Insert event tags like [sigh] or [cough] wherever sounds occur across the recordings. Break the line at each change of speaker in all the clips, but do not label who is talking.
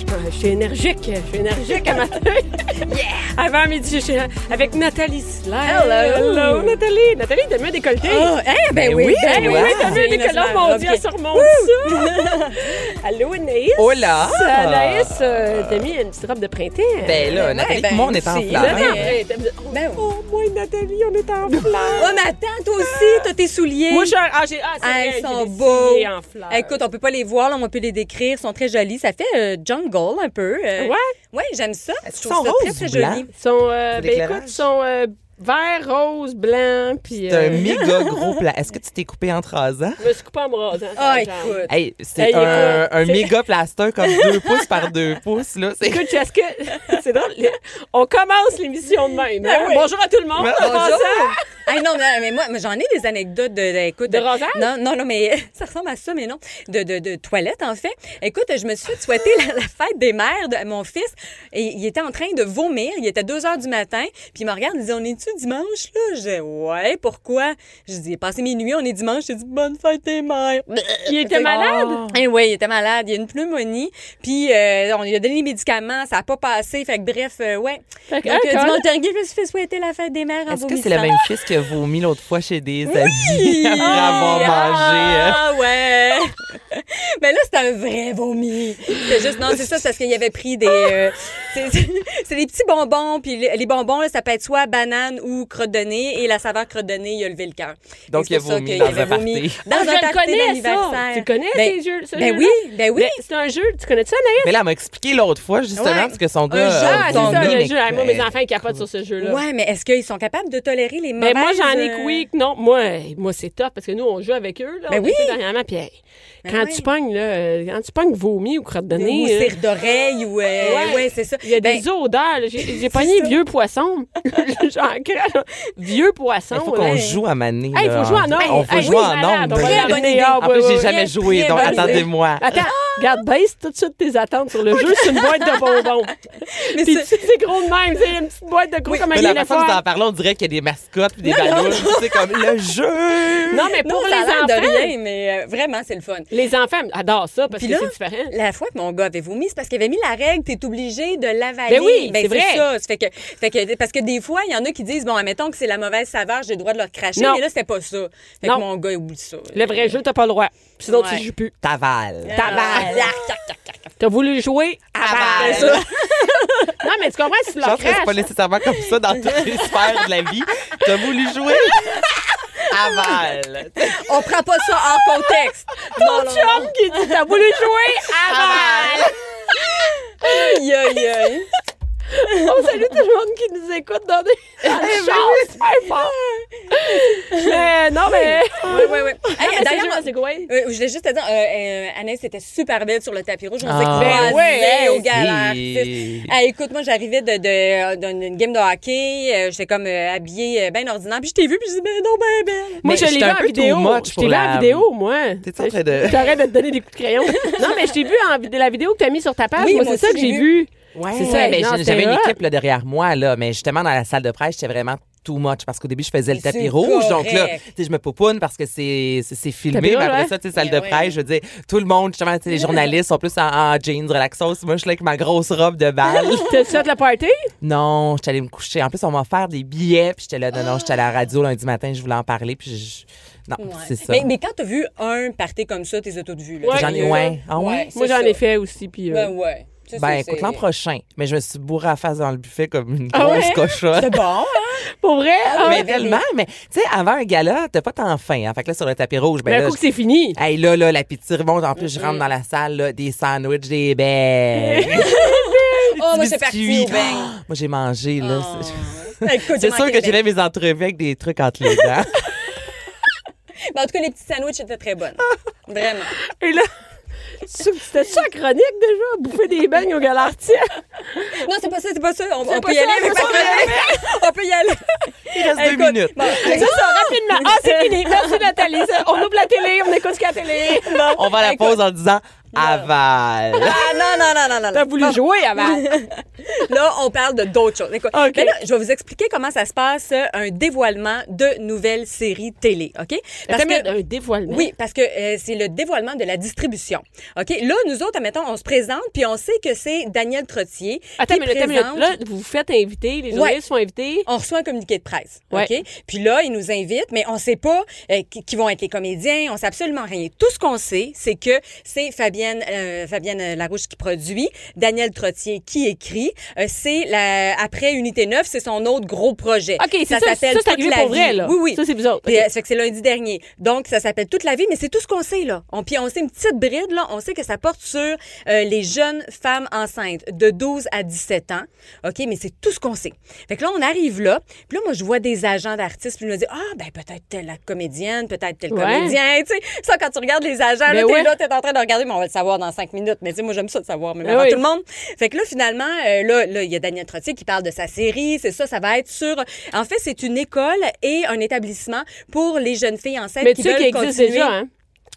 Je peux- Je suis énergique, je suis
[laughs]
énergique à matin. Avant midi, je suis là avec Nathalie Slair.
Hello.
Hello, Nathalie. Nathalie, t'as mis un décolleté.
Oh, eh, ben, oui,
Ben
wow.
oui, t'as mis un
J'ai une
décolleté.
espère-
Oh, mon
robe
Dieu,
qui-
elle remonte ça. [laughs] Allô, Anaïs.
Hola.
Anaïs, euh, t'as mis une petite robe de printemps.
Ben là, Nathalie,
ben,
moi, on est en
si,
Vous êtes en
fleurs.
là,
printemps. Oh,
Ben oui.
Oh, moi et Nathalie, on
[laughs]
est en fleurs.
Oh, mais attends, toi aussi, t'as tes souliers.
Moi, je suis en- ah, j'ai- ah, c'est
Ah,
vrai,
ils
j'ai
sont
des
beaux.
souliers en fleurs.
Écoute, on peut pas les voir, là, on peut les décrire. Ils sont très jolis. Ça fait euh, jungle un peu. euh.
Ouais.
Ouais, j'aime ça.
Est-ce
Je
qu'ils
trouve
sont
ça
roses
très,
ou
très joli.
blancs?
Ils sont, euh, ben
L'éclairage.
écoute, ils sont euh, vert, rose, blanc, puis...
C'est un
euh,
méga gros plat. Est-ce que tu t'es coupé en trois ans?
Je me suis coupée en bras. hein,
Ah,
genre.
écoute.
Hey, c'est
Hey,
un,
écoute,
un
c'est-
méga plaster comme deux pouces par deux pouces. Là. C'est-
Écoute, est-ce que. [laughs] C'est drôle. les- On commence l'émission de même.
Ben
hein? Bonjour à tout le monde.
Bonjour.
En passant,
Ah non, mais, mais moi, mais j'en ai des anecdotes de, de- écoute,
De rasage?
Non, non, non, mais [laughs] ça ressemble à ça, mais non. De, de, de toilette, en fait. Écoute, je me suis fait souhaiter la, la fête des mères de mon fils. Et il était en train de vomir. Il était 2 heures du matin. Puis il me regarde, il dit On est-tu dimanche, là Je dis Ouais, pourquoi Je dis Passé minuit, on est dimanche. Je dis Bonne fête des mères.
Il était
Fait-
malade.
Eh oui, il était malade. Il a une pneumonie. Puis euh, on lui a donné les médicaments. Ça n'a pas passé. Fait que bref, euh, ouais.
Fait que,
Donc, euh,
hein,
du
quand-
Montarguis, je me suis fait souhaiter la fête des mères en
Est-ce que c'est
vomissant.
le même fils qui a vomi l'autre fois chez des amis après avoir mangé? euh,
Ah ouais! Mais Ben là, c'était un vrai vomi. C'était juste, non, c'est ça, c'est parce qu'il y avait pris des. euh, c'est c'est- c'est des petits bonbons, puis les les bonbons, là, ça peut être soit banane ou crotte de nez, et la saveur crotte de nez, il a levé le cœur.
Donc,
Et c'est
il a
pour ça
vomi
qu'il
dans
avait
un
vomi
party.
Dans
Ah,
un
je le
party
connais, ça.
d'anniversaire.
Tu connais
Ben-
ces jeux? ce
Ben
jeu-là?
oui, ben oui.
Mais c'est un jeu, tu connais ça, Anaïs?
Mais là, elle m'a expliqué l'autre fois, justement,
Ouais.
parce que son gars.
jeu,
a
Ah, c'est
bon,
vomi, euh,
ça,
mais
le jeu. Ah, Moi,
que-
euh,
mes enfants, ils capotent sur ce jeu-là.
Ouais, mais est-ce qu'ils sont capables de tolérer les mauvaises...
Mais Ben, moi, j'en ai
euh,
que oui, que non. Moi, euh, moi c'est top parce que nous, on joue avec eux. Là,
Ben
on
oui.
était dernièrement. Puis, hey,
Ben
quand,
oui.
tu pognes, là, euh, quand tu pognes vomi ou crotte de
Ou
nez, euh,
cire d'oreille, ou... euh, ouais, c'est ça.
Il y a
Ben,
des odeurs.
[laughs]
là. J'ai j'ai pogné
ça.
vieux poisson. [laughs] J'en crée, là. Vieux poisson.
Il faut qu'on
là.
joue à Mané.
Hey, faut
là.
jouer en nombre.
On faut
Hey,
jouer
oui,
en
malade,
nombre.
on va
Très
l'amener.
bonne idée.
Ah,
En
oui,
plus, j'ai
oui.
jamais
très
joué, donc
bonne idée.
attendez-moi.
Attends, regarde, baisse tout de suite tes attentes sur le jeu. C'est une boîte
[laughs]
de bonbons. Puis
c'est-
c'est c'est gros de même. C'est une petite boîte de gros comme un
Mais la façon dont
uniforme.
t'en parles, on dirait qu'il y a des mascottes puis des ballons. C'est comme le jeu.
Non, mais
non,
pour
ça
les
a l'air
enfants,
de rien, mais euh, vraiment, c'est le fun.
les enfants adorent ça parce
Puis
que
là,
c'est différent.
La fois que mon gars avait vomi, c'est parce qu'il avait mis la règle, t'es obligé de l'avaler.
Ben oui, c'est vrai.
ça. Ça Fait que, fait que, parce que des fois, il y en a qui disent, bon, admettons que c'est la mauvaise saveur, j'ai le droit de le cracher.
Non.
Mais là, c'était pas ça. Fait
Non.
que mon gars, il oublie ça.
Le vrai jeu, t'as pas le droit. Sinon,
Ouais.
tu joues plus.
T'avales.
Euh, [laughs] T'avales.
Ah, tac, tac, tac, tac.
T'as voulu jouer
Ah,
Avale.
ben,
avale. [laughs] Non, mais tu comprends, si tu
Je
leur
pense que c'est pas
craches.
nécessairement comme ça dans toutes les sphères de la vie. T'as voulu jouer? Aval.
On prend pas ça hors contexte. Non, non, non.
Chum qui dit, t'as voulu jouer avale.
Aïe, aïe, aïe.
On salue tout le monde qui nous écoute dans des dans des chars super fort. [laughs] Mais [laughs] non, mais...
Oui, oui, oui. Hey, D'ailleurs,
mais c'est
moi-
juste- c'est quoi?
euh, je voulais juste te dire, euh, euh, Anaïs était super belle sur le tapis rouge. On s'est
Ah,
croisés
ben
au galère.
oui.
Euh,
Ah, écoute, moi, j'arrivais de, de, d'une- d'une game de hockey. euh, J'étais comme euh, habillée bien ordinaire. Puis je t'ai vue, puis je dis, ben non, ben belle.
Moi,
Mais
je l'ai
j'étais
vu
un
en
peu
vidéo.
too much
Je
pour
t'ai vu en
la-
vidéo, moi.
T'es en
[laughs]
train de-
J'arrête de te donner des coups de crayon. Non, mais je t'ai vu en vidéo, la vidéo que t'as mis sur ta page.
Oui,
moi,
moi
c'est ça
aussi,
que
j'ai
j'ai vu.
ben.
Ouais,
C'est ça,
mais
non,
ben, j'avais une
c'était hot.
équipe là, derrière moi, là, mais justement, dans la salle de presse, j'étais vraiment too much parce qu'au début, je faisais le
C'est
tapis rouge. Donc là,
correct.
tu sais, je me poupoune parce que c'est c'est- c'est filmé.
Tapis
Mais
rouge,
après
ouais.
ça, tu sais, salle
Mais
de
ouais.
presse, je veux dire, tout le monde, justement, tu sais, les journalistes sont plus en, en jeans relaxos. Moi, je suis là avec ma grosse robe de balle. [laughs]
T'as-tu fait la party?
non, je suis allée me coucher. En plus, on m'a offert des billets. Puis j'étais là, non, non, j'étais à la radio lundi matin, je voulais en parler. Puis je- Non,
Ah! Ouais.
c'est ça.
Mais, mais quand t'as vu un party comme ça, t'es autos de vue.
Ouais. J'en ai-
ouais. Ah ouais?
Moi, j'en ai fait aussi. Puis, euh,
Ben ouais. C'est ça,
Ben, écoute,
c'est-
l'an prochain. Mais je me suis bourré à face dans le buffet comme une
Ah
grosse
ouais?
cochonne. [laughs]
C'est bon, hein?
Pour vrai? Ah,
mais tellement, mais tu sais, avant un gala, t'as pas tant faim. Hein. Fait que là, sur le tapis rouge, ben
Mais un
là,
coup que c'est fini.
je- hey, là, là, la pitié remonte. En plus, je rentre dans la salle, là, des sandwichs, des beignes.
[laughs] Oh, moi,
des
c'est parti
biscuits.
au beigne.
Ah, [gasps] Moi, j'ai mangé, là.
Oh.
C'est-
Ah.
[laughs]
Écoute, j'ai
C'est sûr
manqué
que
le beigne.
j'ai mes entrevues avec des trucs entre les dents.
[laughs] Mais en tout cas, les petits sandwichs étaient très
[laughs]
bonnes. Vraiment.
Et [laughs] là, c'était ça chronique déjà? Bouffer des beignes au galartier?
Non, c'est pas ça, c'est pas ça. On, on
pas
peut y
ça,
aller avec
c'est
ma
pas ça.
chronique. On peut y aller.
Il reste deux
Écoute,
minutes.
bon,
C'est ça, rapidement. Ah, c'est fini. Merci, Nathalie. Ça, On ouvre la télé, on écoute ce qu'il y a à la télé.
On va à la
Écoute.
pause en disant
Ah,
aval.
non, non, non, non, non. non.
T'as voulu jouer avant.
[laughs] Là, on parle de d'autres choses. Écoute,
OK.
mais là, je vais vous expliquer comment ça se passe, euh, un dévoilement de nouvelles séries télé, OK?
T'as mis un euh, dévoilement.
Oui, parce que euh, c'est le dévoilement de la distribution. OK? Là, nous autres, admettons, on se présente, puis on sait que c'est Daniel Trottier
Attends,
qui
mais
présente...
là, vous vous faites inviter, les journalistes sont invités.
on reçoit un communiqué de presse.
Ouais.
OK? Puis là, ils nous invitent, mais on sait pas euh, qui, qui vont être les comédiens, on sait absolument rien. Tout ce qu'on sait, c'est que c'est Fabienne, euh, Fabienne Larouche qui produit, Daniel Trottier qui écrit. Euh, c'est la- après Unité 9, c'est son autre gros projet.
OK, c'est ça, ça, c'est
Toute
arrivé
la
pour vrai,
vie.
là.
Oui, oui.
Ça, c'est vous autres.
Puis,
OK.
euh, ça fait que c'est lundi dernier. Donc, ça s'appelle Toute la vie, mais c'est tout ce qu'on sait, là. On, puis on sait une petite bride, là. On sait que ça porte sur euh, les jeunes femmes enceintes de 12 à 17 ans. OK, mais c'est tout ce qu'on sait. Fait que là, on arrive là. Puis là, moi, je vois des agents d'artistes. Puis ils me disent, ah, ben peut-être telle comédienne, peut-être tel
Ouais.
comédien. Tu sais, ça, quand tu regardes les agents, là,
Ben
t'es
ouais.
là, t'es en train de regarder, mais on va le savoir dans cinq minutes. Mais tu sais, moi, j'aime ça de savoir, même
Ben
avant
oui.
tout le monde. Fait que là, finalement, euh, là, là, il y a Daniel Trottier qui parle de sa série. C'est ça, ça va être sur... En fait, c'est une école et un établissement pour les jeunes filles enceintes
Mais
qui
tu sais
veulent
qu'il existe
continuer.
déjà, hein?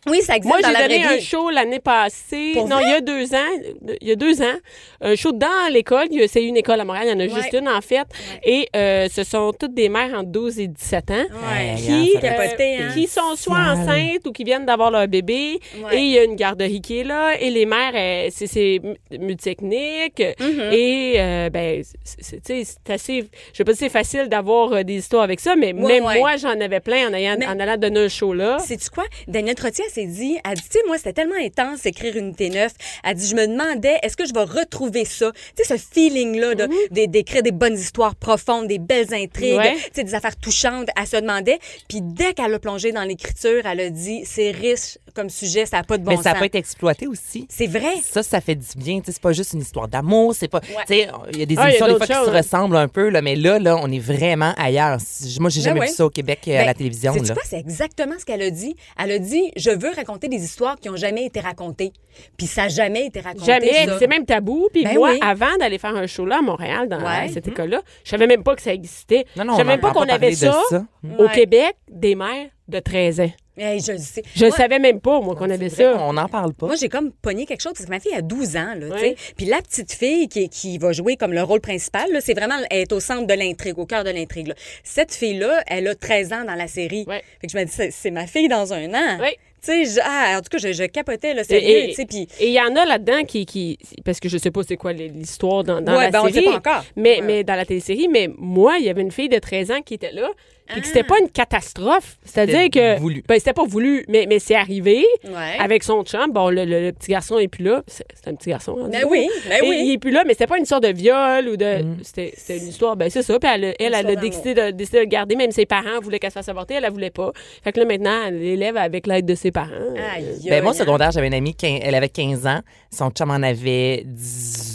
Oui, ça existe
Moi,
dans
j'ai
la vraie
donné un
vie.
show l'année passée.
Pour
non, il y a deux ans. Il y a deux ans. Un show dans l'école. Il y a- C'est une école à Montréal. Il y en a juste une, en fait. Et euh, ce sont toutes des mères entre 12 et 17 ans.
Ouais.
Qui,
Regarde, ça
euh,
capoté, hein?
qui sont soit enceintes ou qui viennent d'avoir leur bébé.
Ouais.
Et il y a une garderie qui est là. Et les mères, euh, c'est- c'est mu- multitechnique.
Mm-hmm.
Et, euh, ben, c'est- c'est tu sais, c'est assez. Je sais pas si c'est facile d'avoir euh, des histoires avec ça, mais
Ouais,
même
ouais.
moi, j'en avais plein en, ayant-
Mais-
en allant donner un show là.
Sais-tu quoi? Daniel Trottier, elle s'est dit, elle dit, tu sais, moi, c'était tellement intense écrire Unité 9. Elle dit, je me demandais, est-ce que je vais retrouver ça? Tu sais, ce feeling-là de- d'é- d'écrire des bonnes histoires profondes, des belles intrigues,
Ouais.
tu sais, des affaires touchantes. Elle se demandait. Puis dès qu'elle a plongé dans l'écriture, elle a dit, c'est riche comme sujet, ça n'a pas de bon
Mais Ben, ça
sens.
peut être exploité aussi.
C'est vrai.
Ça, ça fait du bien. Tu sais, C'est pas juste une histoire d'amour. C'est pas. tu sais, Il y a des
Ah, il y a
émissions des
d'autres
fois qui se
choses.
ressemblent un peu, là, mais là, là, on est vraiment ailleurs. Si- Moi, j'ai
Ben
jamais
ouais.
vu ça au Québec euh, à la télévision.
C'est
là.
Ben, quoi, c'est exactement ce qu'elle a dit. Elle a dit, je veux raconter des histoires qui ont jamais été racontées. Puis ça n'a jamais été raconté.
Jamais.
ça.
C'est même tabou. Puis
Ben
moi,
oui.
avant d'aller faire un show là à Montréal, dans
Ouais. Mm-hmm.
cette école-là, je savais même pas que ça existait. Je
Non, non,
savais
on
même pas
entend
qu'on
pas
avait
parler de
ça,
ça.
au
Ouais.
Québec des mères de 13 ans.
Hey, Eh, je le sais.
Je
Moi-
savais même pas, moi, qu'on avait
C'est vrai
ça.
qu'on n'en parle pas.
Moi, j'ai comme pogné quelque chose parce que ma fille a 12 ans, là, tu
Ouais.
sais. Puis la petite fille qui, qui va jouer comme le rôle principal, là, c'est vraiment elle est au centre de l'intrigue, au cœur de l'intrigue. là. Cette fille-là, elle a 13 ans dans la série.
Ouais.
Fait que je me dis, c'est, c'est ma fille dans un an.
Ouais.
Tu sais, je- ah, en tout cas, je, je capotais, là,
Et-
sérieux,
et-
tu sais, puis...
Et il y en a là-dedans qui, qui. Parce que je sais pas c'est quoi les- l'histoire dans, dans
Ouais,
la
ben, on le
série.
sait pas encore.
Mais,
Ouais.
mais dans la télésérie, mais moi, il y avait une fille de 13 ans qui était là. Puis que c'était
Ah.
pas une catastrophe. C'est-à-dire
C'était
que.
voulu.
Ben, c'était pas voulu, mais, mais c'est arrivé.
Ouais.
Avec son chum. Bon, le, le- le petit garçon est plus là. C'est c'est un petit garçon. hein,
Ben
du coup.
oui, ben
Et
oui.
Il est plus là, mais c'était pas une histoire de viol ou de.
Mm.
C'était c'était une histoire. Ben, c'est ça. Puis elle, a- elle, elle a
histoire
décidé de, décidé de le garder. Même ses parents voulaient qu'elle se fasse avorter. Elle, elle voulait pas. Fait que là, maintenant, elle l'élève avec l'aide de ses parents.
Aïe,
Ben, moi, au
aïe,
secondaire, j'avais une amie, quin- elle avait 15 ans. Son chum en avait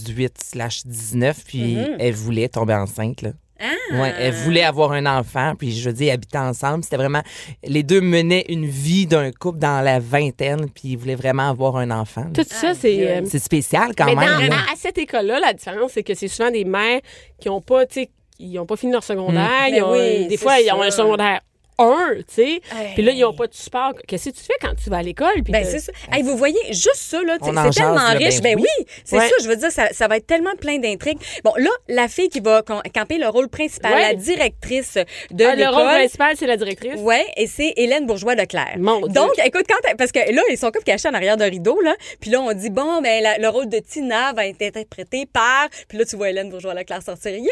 18 slash 19, puis
Mm-hmm.
elle voulait tomber enceinte, là.
Ah!
Ouais, elle voulait avoir un enfant, puis je veux dire, habiter ensemble. C'était vraiment. Les deux menaient une vie d'un couple dans la vingtaine, puis ils voulaient vraiment avoir un enfant. là.
Tout ça, c'est. euh,
C'est spécial quand
mais
même.
dans-
là.
à, à cette école-là, la différence, c'est que c'est souvent des mères qui n'ont pas, tu sais, ils n'ont pas fini leur secondaire.
Mm.
Ils ont-
Ben oui,
des
c'est
fois, ils ont
ça.
un secondaire 1, tu sais.
Hey.
Puis là, ils n'ont pas de support. Qu'est-ce que tu fais quand tu vas à l'école? puis
Ben,
t'as-
c'est ça. Hey, vous voyez, juste ça, là, tu sais,
euh, On en
c'est tellement
jase, là,
riche. Ben,
ben
oui, c'est
Ouais.
ça, je veux dire, ça, ça va être tellement plein d'intrigues. Bon, là, la fille qui va com- camper le rôle principal,
Ouais.
la directrice de
Ah, le rôle
l'école.
principal, c'est la directrice.
Oui, et c'est Hélène Bourgeois-Leclerc.
Mon Dieu.
Donc, écoute, quand elle- parce que là, ils sont comme cachés en arrière d'un rideau, là. Puis là, on dit, bon, ben, la- le rôle de Tina va être interprété par. Puis là, tu vois Hélène Bourgeois-Leclerc sortir. Yeah!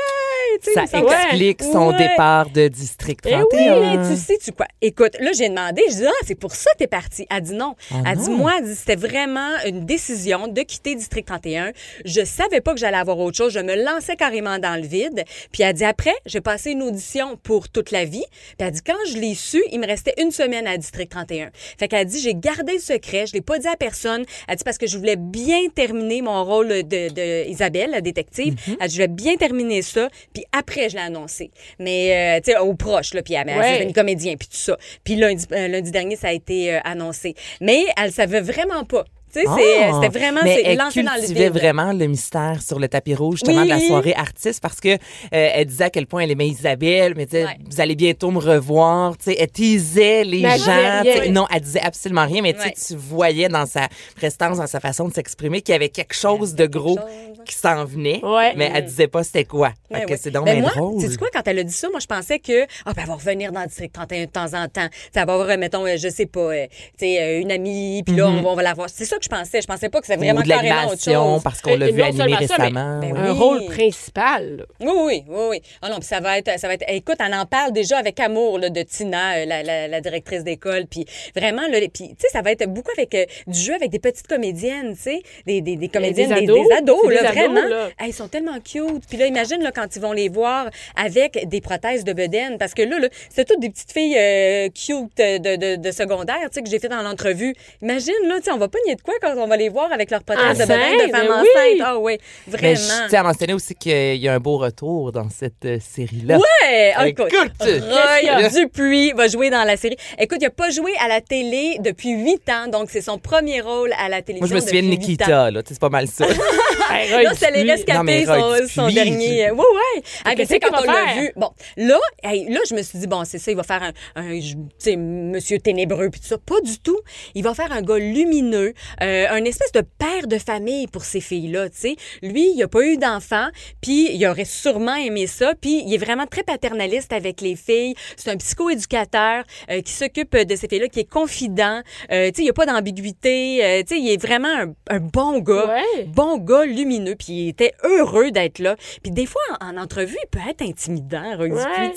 Tu sais,
Ça
il me semble-
Ouais.
explique son Hein.
Ouais.
départ de District
Eh
31.
oui, tu
tu sais, tu quoi? Écoute, là, j'ai demandé, je dis, ah, c'est pour ça que t'es partie. Elle dit non.
Ah
elle dit, moi, elle dit, c'était vraiment une décision de quitter District 31. Je savais pas que j'allais avoir autre chose. Je me lançais carrément dans le vide. Puis elle dit, après, j'ai passé une audition pour toute la vie. Puis elle dit, quand je l'ai su, il me restait une semaine à District 31. Fait qu'elle dit, j'ai gardé le secret, je l'ai pas dit à personne. Elle dit, parce que je voulais bien terminer mon rôle de, de Isabelle, la détective. Elle dit, je voulais bien terminer ça. Puis après, je l'ai annoncé. Mais, euh, tu sais, aux proches, là. Puis elle, elle,
Ouais.
c'est une comédien, puis tout ça. Puis lundi, euh, lundi dernier, ça a été euh, annoncé. Mais elle savait vraiment pas. Tu sais, c'est- euh,
Ah!
c'était vraiment
Mais
c'est
elle
lancé dans le
cultivait
vide.
vraiment le mystère sur le tapis rouge justement
Oui.
de la soirée artiste parce que euh, elle disait à quel point elle aimait Isabelle mais disait
Ouais.
vous allez bientôt me revoir tu sais elle teasait les
Mais elle
gens
disait
tu sais.
rien.
non elle disait absolument rien mais tu sais,
Ouais.
tu voyais dans sa prestance dans sa façon de s'exprimer qu'il y avait quelque chose de gros
chose.
qui s'en venait
Ouais.
mais elle disait pas c'était quoi
Ben
Fait Ah, que
oui.
c'est donc
Ben
bien
moi,
drôle
sais quoi, quand elle a dit ça, moi, je pensais que, ah, ben, elle va revenir dans le district 31 de temps en temps. Ça va avoir, euh, mettons, euh, je sais pas, euh, tu sais, euh, une amie, puis là, on, va, on va la voir. C'est ça que je pensais. Je pensais pas que c'était vraiment
Mm-hmm. ou de
carrément autre
l'animation
chose.
parce qu'on l'a
Et
vu
non seulement
animer
ça, mais-
récemment
Ben
ouais.
oui.
Un rôle principal. là.
Oui, oui, oui, oui. Ah non, puis ça va être, ça va être. Écoute, on en parle déjà avec amour là, de Tina, euh, la, la- la directrice d'école, puis vraiment là, puis tu sais, ça va être beaucoup avec euh, du jeu avec des petites comédiennes, tu sais, des, des, des comédiennes, des,
ados.
des ados,
C'est des
là,
ados,
vraiment.
là.
Hey, ils sont tellement cute. Puis là, imagine là, quand ils vont les voir avec des prothèses de bedaine, parce que là, là c'est toutes des petites filles euh, cute euh, de, de, de secondaire, tu sais, que j'ai fait dans l'entrevue. Imagine là, tu sais, on va pas nier de quoi quand on va les voir avec leurs prothèses de bedaine de
Enceinte,
femmes
mais oui.
enceintes. Ah oui,
mais
vraiment.
je tiens à mentionner aussi qu'il y a un beau retour dans cette euh, série-là.
Hey, écoute,
Écoute!
Roy
Qu'est-ce
Dupuis va jouer dans la série. Écoute, il n'a pas joué à la télé depuis huit ans, donc c'est son premier rôle à la télévision.
Moi, je me souviens de
depuis huit ans.
Nikita, là. Tu sais, C'est pas mal ça.
Ben,
[laughs]
Roy
Là, c'est les
Dupuis.
Non, mais
rescapés,
Roy
son, son
Dupuis,
dernier.
c'est-
Oui, oui. Ah, mais tu
qu'est-ce
sais, quand
qu'il va
on l'a
faire?
vu. Bon, là, hey, là, je me suis dit, bon, c'est ça, il va faire un, un je- tu sais, monsieur ténébreux, puis tout ça. Pas du tout. Il va faire un gars lumineux, euh, un espèce de père de famille pour ces filles-là, tu sais. Lui, il a pas eu d'enfant, puis il aurait sûrement aimé ça, puis il est vraiment très paternaliste avec les filles. C'est un psychoéducateur euh, qui s'occupe de ces filles-là, qui est confident. Euh, tu sais, il n'y a pas d'ambiguïté. euh, tu sais, il est vraiment un, un bon gars
Ouais.
bon gars lumineux, puis il était heureux d'être là. Puis des fois, en, en entrevue, il peut être intimidant, Roy Dupuis,
Ouais.
tu sais.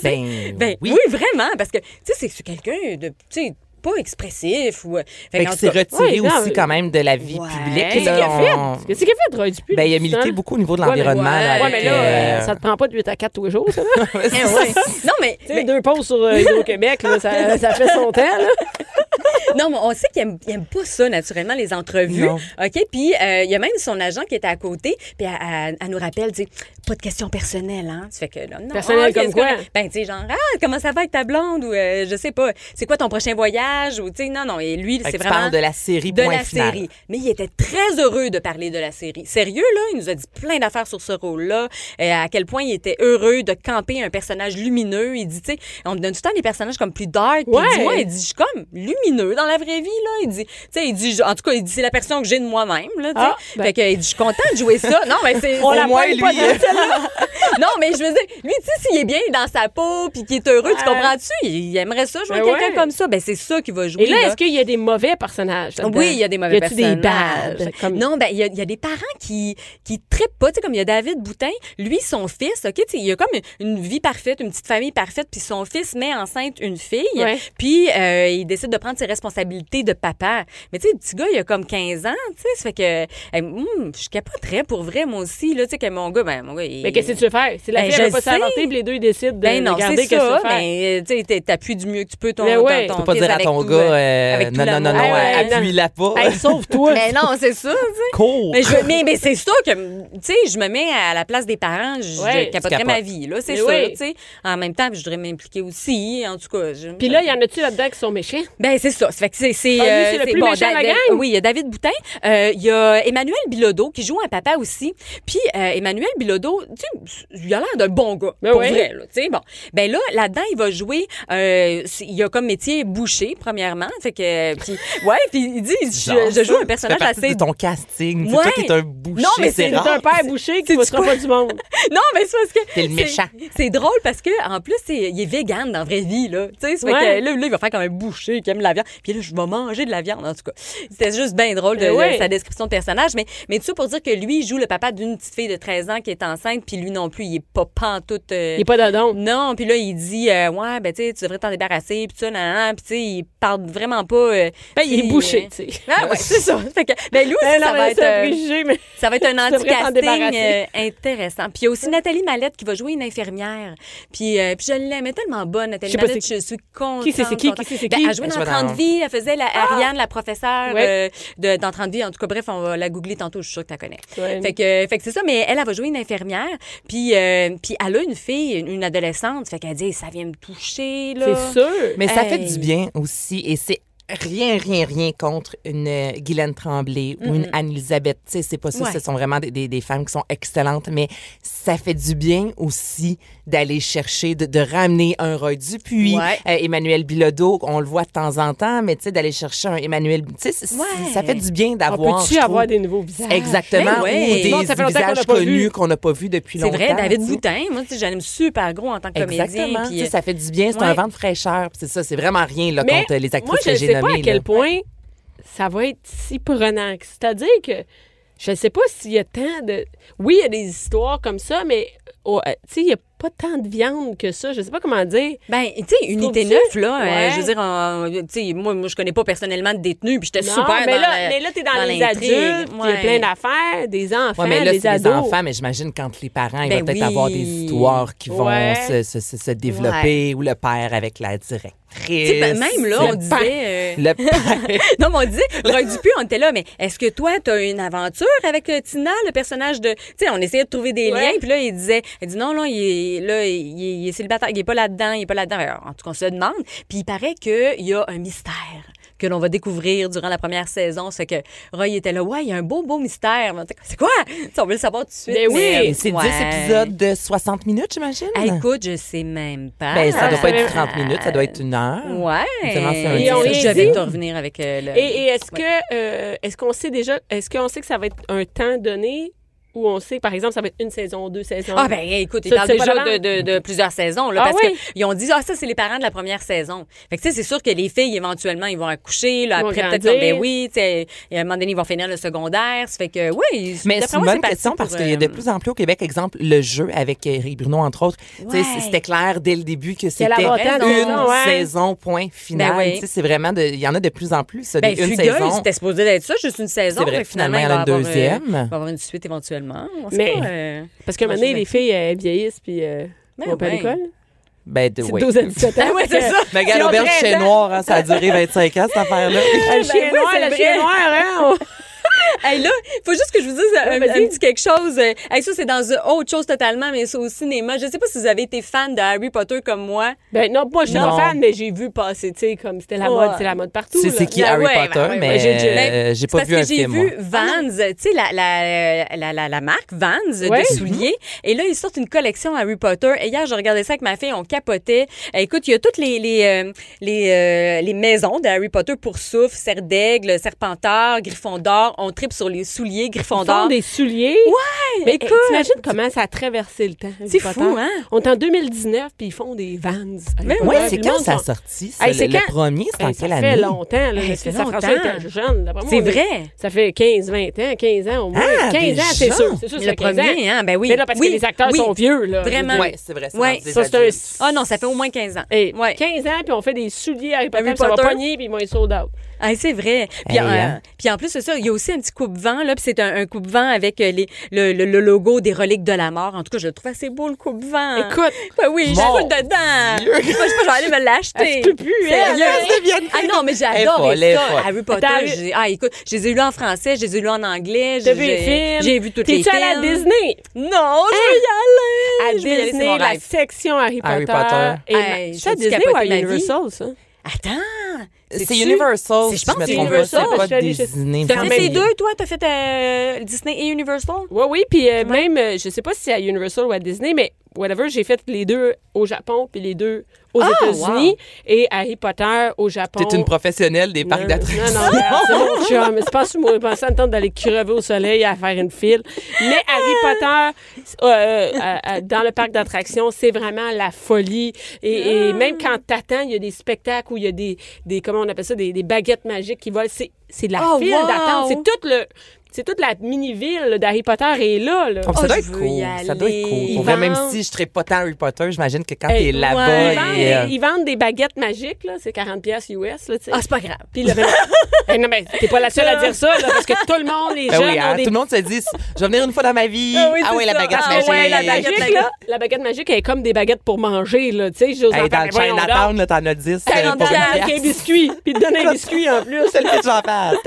Ben,
Ben,
oui.
oui. vraiment, parce que, tu sais, c'est- c'est quelqu'un de, tu sais, pas expressif ou... euh,
Fait
qu'en
que
tout
c'est
cas,
retiré
Ouais, non,
aussi
mais-
quand même de la vie
Ouais.
publique.
Qu'est-ce qu'il
là,
a fait?
on-
Qu'est-ce qu'il a fait, Roy Dupuis?
Ben, il a
depuis
milité
ça?
beaucoup au niveau de
Ouais, mais-
l'environnement. là,
ouais,
Ouais,
avec,
mais là,
euh,
euh, ça te prend pas de 8 à 4 tous
[laughs]
les jours, ça. là.
hein, ouais. non, mais,
Tu sais, deux pauses sur euh, Hydro-Québec, là, ça, ça fait son temps, là.
non, mais on sait qu'il aime, il aime pas ça, naturellement, les entrevues.
Non.
OK? Puis, euh, il y a même son agent qui était à côté, puis elle, elle- elle nous rappelle, tu sais, pas de questions personnelles, hein? Tu fais que, là, non.
Personnelles
ah, qu'est-ce
comme quoi?
que- Ben, tu sais, genre, ah, comment ça va avec ta blonde? Ou, euh, je sais pas, c'est quoi ton prochain voyage? Ou, tu sais, non, non. Et lui,
fait
c'est
que tu
vraiment...
parles de la série,
de
point
la
final.
série. Mais il était très heureux de parler de la série. Sérieux, là, il nous a dit plein d'affaires sur ce rôle-là, euh, à quel point il était heureux de camper un personnage lumineux. Il dit, tu sais, on me donne tout le temps des personnages comme plus dark. Puis Il
Ouais.
dit, moi, il dit, je suis comme lumineux dans la vraie vie, là. Il dit, tu sais, il dit, je- en tout cas, il dit, c'est la personne que j'ai de moi-même, là, tu sais.
Ah, ben.
Fait que, il dit, je suis content de jouer ça. Non, mais c'est...
Au
c'est-
moins,
pogne pas
lui,
dans celle-là. non, mais je veux dire, lui, tu sais, s'il est bien dans sa peau, puis qu'il est heureux, tu
Ouais.
comprends-tu? Il aimerait ça jouer
Ben
quelqu'un
ouais.
comme ça. Ben, c'est ça qu'il va jouer,
Et là,
là.
est-ce qu'il y a des mauvais personnages? là-dedans?
Oui, il y a des mauvais
Y a-tu des
personnages.
badges? Comme-
Non, ben il y, a- il y a des parents qui qui trippent pas, tu sais comme il y a David Boutin, lui son fils, OK, tu sais, il a comme une vie parfaite, une petite famille parfaite, puis son fils met enceinte une fille,
Ouais.
puis euh, il décide de prendre ses responsabilités de papa. Mais tu sais le petit gars, il a comme 15 ans, tu sais, ça fait que euh, hum, je capoterais pour vrai moi aussi là, tu sais que mon gars ben mon gars il
Mais qu'est-ce que tu veux faire? C'est la
Ben,
fille,
je
elle veut pas
sais.
s'inventer, puis les deux, ils décident de
ben non, c'est
regarder qu'est-ce
ça,
que tu veux faire.
mais euh, tu sais t'es- t'appuies du mieux que tu peux ton
Mais ouais.
ton,
Tu
ton
Faut pas
fils
dire à
avec
ton
tout,
gars,
euh,
euh,
avec tout
non, non, non,
l'amour.
non,
Ah ouais,
euh, appuie-la pas.
Hey,
[laughs]
sauve-toi!
Ben non, c'est ça, tu sais.
Cours.
Mais,
[laughs]
je, mais, mais c'est sûr que, tu sais, je me mets à la place des parents, je
Ouais.
capoterais
Tu capotes.
ma vie, là, c'est
Mais
sûr,
oui.
tu sais. En même temps, je voudrais m'impliquer aussi, en tout cas. je-
Puis là, il y en a-tu là-dedans qui sont méchants?
ben c'est ça. Ça fait que c'est c'est
Ah, lui,
euh,
c'est le plus méchant de la
Da- Da-
gang?
Oui, il y a David Boutin, euh, il y a Emmanuel Bilodeau qui joue un papa aussi. Puis euh, Emmanuel Bilodeau, tu sais, il a l'air d'un bon gars
Ben
pour
oui.
vrai là, tu sais. Bon, ben là là-dedans, il va jouer euh, c'est- il a comme métier boucher premièrement, fait que puis ouais, puis il dit je, je joue un personnage
Tu fais partie
assez
de ton casting. C'est
Ouais.
toi qui es un boucher.
Non, mais
c'est
[laughs] c'est
rare.
C'est un père bouché qui ne
C'est-tu
bossera pas du monde.
Non, mais c'est parce que.
T'es le méchant.
C'est drôle parce que en plus, c'est- il est vegan dans la vraie vie, là. Tu sais, ça fait
Ouais.
que là, là, il va faire comme un boucher qui aime la viande. Puis là, je vais manger de la viande, en tout cas. C'était juste bien drôle de,
Eh ouais.
de sa description de personnage. Mais, mais tout ça pour dire que lui, il joue le papa d'une petite fille de 13 ans qui est enceinte, puis lui non plus, il est pas pantoute. euh,
Il est pas d'adon.
non, puis là, il dit, euh, ouais, ben, tu sais, tu devrais t'en débarrasser, puis ça, nan, nan. puis tu sais, il parle vraiment pas. euh,
Ben, il
tu
est
sais,
bouché,
euh,
tu sais.
Ah, ouais, c'est ça. Fait que, ben, lui aussi,
Ben non,
ça,
mais
va
c'est un
être, euh,
préjugé, mais
ça va être un
[laughs] Tu devrais t'en
anti-casting
débarrasser.
euh, intéressant. Puis il y a aussi Nathalie Mallette qui va jouer une infirmière. Puis, euh, puis je l'aime, elle est tellement bonne,
Je
Nathalie
sais pas
Mallette.
c'est-
Je suis contente.
Qui c'est, c'est qui?
contente.
Qui c'est, c'est
Ben,
qui?
elle jouait
Elle
dans
joue dans-
30 vies, elle faisait la Ariane, la professeure euh,
Ouais.
de, dans 30 vies. En tout cas, bref, on va la googler tantôt, je suis sûre que tu la connais.
Ouais.
Fait que, fait que c'est ça, mais elle, elle va jouer une infirmière. Puis, euh, puis elle a une fille, une- une adolescente. Fait qu'elle dit, ça vient me toucher, là.
C'est sûr.
Mais ça
Hey.
fait du bien aussi et c'est rien, rien, rien contre une euh, Guylaine Tremblay ou une Anne-Elisabeth. Tu sais, c'est pas ça.
Ouais.
Ce sont vraiment des, des- des femmes qui sont excellentes, mais ça fait du bien aussi d'aller chercher, de, de ramener un Roy Dupuis,
Ouais.
euh, Emmanuel Bilodeau, on le voit de temps en temps, mais tu sais, d'aller chercher un Emmanuel... Tu sais, c'est-
Ouais.
ça fait du bien
On
d'avoir...
peut-tu
je
avoir
trouve,
des nouveaux visages?
Exactement,
Ben ouais.
ou des
Bon, ça fait longtemps qu'on
visages
l'a pas vu.
connus qu'on n'a pas vus depuis
C'est
longtemps.
vrai, David
tu sais.
Boutin, moi, tu sais, j'aime super gros en tant que comédien.
Exactement.
puis,
Tu sais,
euh,
ça fait du bien, c'est
ouais.
un vent de fraîcheur. puis C'est ça, c'est vraiment rien là,
Mais
contre les actrices
moi, je
que
ne
j'ai
sais pas
nommées.
à quel
là.
point ça va être si prenant. que- C'est-à-dire que je ne sais pas s'il y a tant de... Oui, il y a des histoires comme ça, mais oh, euh, tu sais, il n'y a pas tant de viande que ça. Je ne sais pas comment dire.
Ben, tu sais, unité
Trouves-tu?
9, là, euh,
Ouais.
je veux dire, on- tu sais, moi, moi, je connais pas personnellement de détenus, puis j'étais
Non,
super
mais,
dans
là,
la-
mais là, tu es dans, les
l'intrigue.
adultes, puis il y a
Ouais.
plein d'affaires, des enfants,
Ouais, mais là,
des
c'est
ados.
des enfants, mais j'imagine quand les parents, il va
Ben
peut-être
oui.
avoir des histoires qui vont
Ouais.
se, se- se- se développer ou le père avec la directrice.
Tu sais, ben, même là, on
Le
disait... euh, [laughs]
Le père.
Non, mais on disait, Roy Dupuis, on était là, mais est-ce que toi, t'as une aventure avec euh, Tina, le personnage de. Tu sais, on essayait de trouver des
Ouais.
liens, puis là, il disait, il dit non, non, il est, là, il est, il est célibataire, il est pas là-dedans, il est pas là-dedans. Alors, En tout cas, on se le demande. Puis il paraît qu'il y a un mystère que l'on va découvrir durant la première saison. C'est que Roy était là, ouais, il y a un beau, beau mystère. Mais on était comme, C'est quoi? Tu sais, on veut le savoir tout de suite.
Ben oui.
mais-
Et c'est 10
Ouais.
épisodes de 60 minutes, j'imagine.
Hey, écoute, je sais même pas.
ben, ça doit pas
ça
être 30 minutes, ça doit être une heure.
Ouais.
Évidemment, c'est un
Ils ont
Je
rien
vais
dit.
te revenir avec euh, le.
Et, et est-ce
Ouais.
que euh, est-ce qu'on sait déjà est-ce qu'on sait que ça va être un temps donné ou on sait que, par exemple ça va être une saison, deux saisons
Ah ben écoute, ils
Ça,
parlent
c'est
déjà
violent.
de, de- de plusieurs saisons là,
Ah
parce
oui?
qu'ils ont dit ah ça c'est les parents de la première saison. Fait que tu sais c'est sûr que les filles éventuellement ils vont accoucher là,
Ils vont
après peut-être
grandir.
comme, ben oui, tu sais et à un moment donné ils vont finir le secondaire, ça fait que oui, ils-
Mais
d'après
c'est une
moi,
bonne
parti
question
pour,
parce qu'il y a de
euh,
plus en plus au Québec, exemple, le jeu avec euh, Eric Bruno, entre autres. Tu sais,
Ouais.
C'était clair dès le début que c'était
Quel avantage,
une
non, ouais.
saison, point final.
Ben oui.
Tu sais, C'est vraiment de. Il y en a de plus en plus, ça,
ben,
des une
Fugueuse,
saison.
c'était supposé d'être ça, juste une saison.
C'est vrai,
Fait que finalement,
finalement,
il va
elle a une
avoir, euh,
deuxième.
il va avoir une suite éventuellement. On sait
Mais-
pas, euh,
parce qu'à un moment donné les filles euh, vieillissent puis euh,
Ben
vont pas à
ouais.
l'école.
Ben, de,
C'est
oui. [laughs]
12 à 17 ans.
Ah [laughs] ouais, c'est ça.
Mais
Ils ont
Galobert,
13
chez
ans.
Noir, hein, ça a duré 25 ans,
[laughs]
cette affaire-là.
Le chien
Ben oui,
noir,
c'est
le
vrai.
chien noir,
[laughs]
hein?
Hey, là, faut juste que je vous dise un,
Ouais, vas-y.
un petit quelque chose. Euh, Hey, ça, c'est dans euh, autre chose totalement, mais c'est au cinéma. Je sais pas si vous avez été fan de Harry Potter comme moi.
Ben non, moi, je suis
Non.
pas fan, mais j'ai vu passer, tu sais, comme c'était la
Ouais.
mode, c'est la mode partout.
C'est
là.
c'est qui
Ben
Harry
ouais, ben
Potter,
ouais, ouais.
mais
J'ai- j'ai-
euh, j'ai pas
C'est
vu un
parce que
film.
J'ai
moi.
vu
Ah
Vans, tu sais, la, la, la, la, la marque Vans
Ouais.
de souliers. Et là, ils sortent une collection Harry Potter. Et hier, je regardais ça avec ma fille, on capotait. Eh, Écoute, il y a toutes les, les, euh, les, euh, les maisons de Harry Potter pour souffle, serre d'aigle, serpentard, griffon d'or. On tripe sur les souliers, griffon
Ils font
d'or.
des souliers.
Ouais,
Mais
écoute.
écoute, t'imagines comment ça a traversé le temps. Harry
C'est
Potter?
fou, hein?
On est en 2019, puis ils font des vans. Harry
Mais
Potter,
Oui,
puis
c'est
le
quand
monde
ça a
sont-
sorti? ça?
Hey,
le,
c'est
le
quand-
premier, c'est en
Hey, ça
quelle
fait
année?
longtemps. Là,
Hey,
le
ça fait
fils à François
longtemps.
était jeune. d'après moi,
C'est
on est-
vrai.
Ah, Ça fait 15, 20 ans, 15 ans au moins.
Ah,
15 ans, c'est
déjà?
sûr. C'est sûr, ça
Le
fait 15
premier,
ans.
hein? Ben oui.
Mais là, parce
Oui,
que les acteurs
oui.
sont vieux, là.
Vraiment.
Oui, c'est vrai. c'est
Ouais.
rendu des
Ça, c'est un-
adultes.
Ah non, ça fait au moins 15 ans.
Hey,
Ouais.
15 ans, puis on fait des souliers Harry Potter,
Harry
puis ça va
Potter.
pogner, puis ils vont être sold out.
Ah, c'est vrai. Puis,
Hey,
en,
hein.
puis en plus, c'est ça, il y a aussi un petit coupe-vent, là, puis c'est un, un coupe-vent avec euh, les, le, le- le logo des reliques de la mort. En tout cas, je le trouve assez beau, le coupe-vent.
Écoute,
Ben oui, j'ai
Mon
le dedans. Moi, je pense que je vais aller me l'acheter.
Elle se peut plus,
hein?
elle.
Sérieux.
Elle
Ah non, mais
Elle est
j'adore
folle, elle est
ça.
folle.
Harry Potter,
Attends,
j'ai- ah, écoute, je les ai lus en français, je les ai lus en anglais. j'ai-
t'as vu les films?
J'ai vu toutes les films.
T'es-tu à la Disney?
Non, je veux y
À
aller. Je veux y aller, c'est mon
Disney, la
rêve.
section Harry Potter.
Harry Potter.
Et
Hey,
c'est à
j'ai dû
Disney ou à
capoter ma vie.
Universal, ça?
Attends.
C'est
C'est-tu-
Universal.
C'est-
si
je pense
me
que c'est
trompe pas,
Universal.
C'est
Je suis
pas
allée chez-
Disney.
T'as
Non,
fait
mais-
ces deux, toi? T'as fait euh, Disney et Universal?
Oui, oui. Puis euh, même, euh, je sais pas si c'est à Universal ou à Disney, mais whatever, j'ai fait les deux au Japon puis les deux aux
Ah,
États-Unis et Harry Potter au Japon.
T'es une professionnelle des parcs
Non,
d'attractions.
Non,
[laughs]
non, c'est mon chum. C'est pas sûr, moi, je pensais à me tente d'aller crever au soleil à faire une file. Mais Harry Potter, euh, euh, euh, dans le parc d'attractions, c'est vraiment la folie. Et, et
Ah.
même quand t'attends, il y a des spectacles où il y a des, des comment on appelle ça, des, des baguettes magiques qui volent. C'est, c'est la
Oh,
file
wow!
d'attente. C'est toute le... C'est toute la mini-ville d'Harry Potter est là. là.
Oh, ça,
Oh,
doit
je
être
veux
cool.
y
ça doit être cool.
aller.
Pour vrai,
Ils
même
vendent-
si je ne pas tant Harry Potter, j'imagine que quand
Hey,
t'es là-bas,
ouais,
ils,
et,
vendent,
euh,
ils vendent des baguettes magiques, là. C'est 40$ piastres US, là, tu sais.
Ah, c'est pas grave.
Puis
[laughs]
là, ben, hey, non, mais t'es pas la seule à dire ça, là, parce que tout le monde, les
ben
jeunes,
oui,
ont
hein,
des
tout le monde se dit, je vais venir une fois dans ma vie. Ah
Ah oui,
oui,
c'est
la
ça.
baguette
Ah
magique.
ouais, la baguette.
magique, là. La baguette magique, elle est comme des baguettes pour manger, là. Tu sais, j'ose
Hey, dans le Chinatown, là, t'en as 10. euh, pour une pièce.
un biscuit. Puis te donne un biscuit en plus.
C'est le que tu en fasses.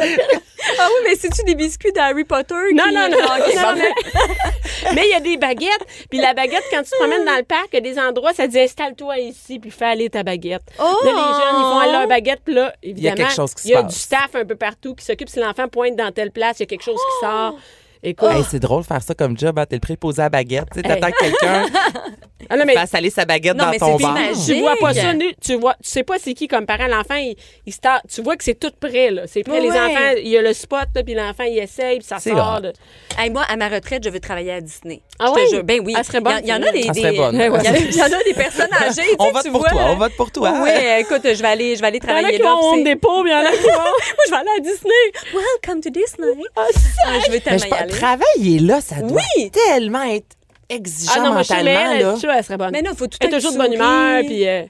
Ah oui, mais c'est-tu des biscuits d'Harry Potter?
Non,
qui-
non, non.
Ah, ok,
non,
bon.
mais- mais il y a des baguettes. Puis la baguette, quand tu te promènes dans le parc, il y a des endroits, ça dit installe-toi ici, puis fais aller ta baguette.
Oh!
Là, les jeunes, ils font aller leur baguette, puis là, évidemment,
quelque chose qui se
il y a
passe.
du staff un peu partout qui s'occupe. Si l'enfant pointe dans telle place, il y a quelque chose qui sort. Écoute.
Oh! Hey, c'est drôle de faire ça comme job. hein. T'es le préposé à la baguette. Tu sais, T'attends que quelqu'un
[laughs]
Ah, non, mais
fasse aller sa baguette
Non,
dans
mais
ton
c'est
bar.
imagé.
tu vois pas
Dig.
ça nu, tu vois tu sais pas c'est qui comme parent l'enfant il, il se tar- tu vois que c'est tout prêt là c'est prêt les
Ouais.
enfants il y a le spot là, puis l'enfant il essaye puis ça
C'est
sort
hot.
là.
Hey, moi, à ma retraite, je veux travailler à Disney.
Ah
je
ouais?
te jure. Ben oui.
Elle serait bonne,
Il y, en il y en a des.
Elle
des-
Ah, serait
[laughs]
bonne.
Il y en a- il y en a des personnes âgées. tu
On
sais,
vote
tu
pour
vois,
toi.
là.
On vote pour toi.
Oui, écoute, je vais aller, je vais aller
Il y en a
travailler
qui
là.
vont au Home
puis c'est-
Depot, puis il y en
[laughs]
a qui vont.
Moi, je vais aller à Disney. Welcome to Disney.
[laughs]
Ah, je veux
Mais
tellement
je
y
pense-
aller.
travailler là, ça doit
Oui.
tellement être exigeant
Ah non, moi, je suis mais
mentalement.
elle,
là.
je suis sûre, elle serait bonne.
Mais non, faut tout
elle
le
est
temps
toujours de
que tu
bonne humeur,
souris.
puis euh,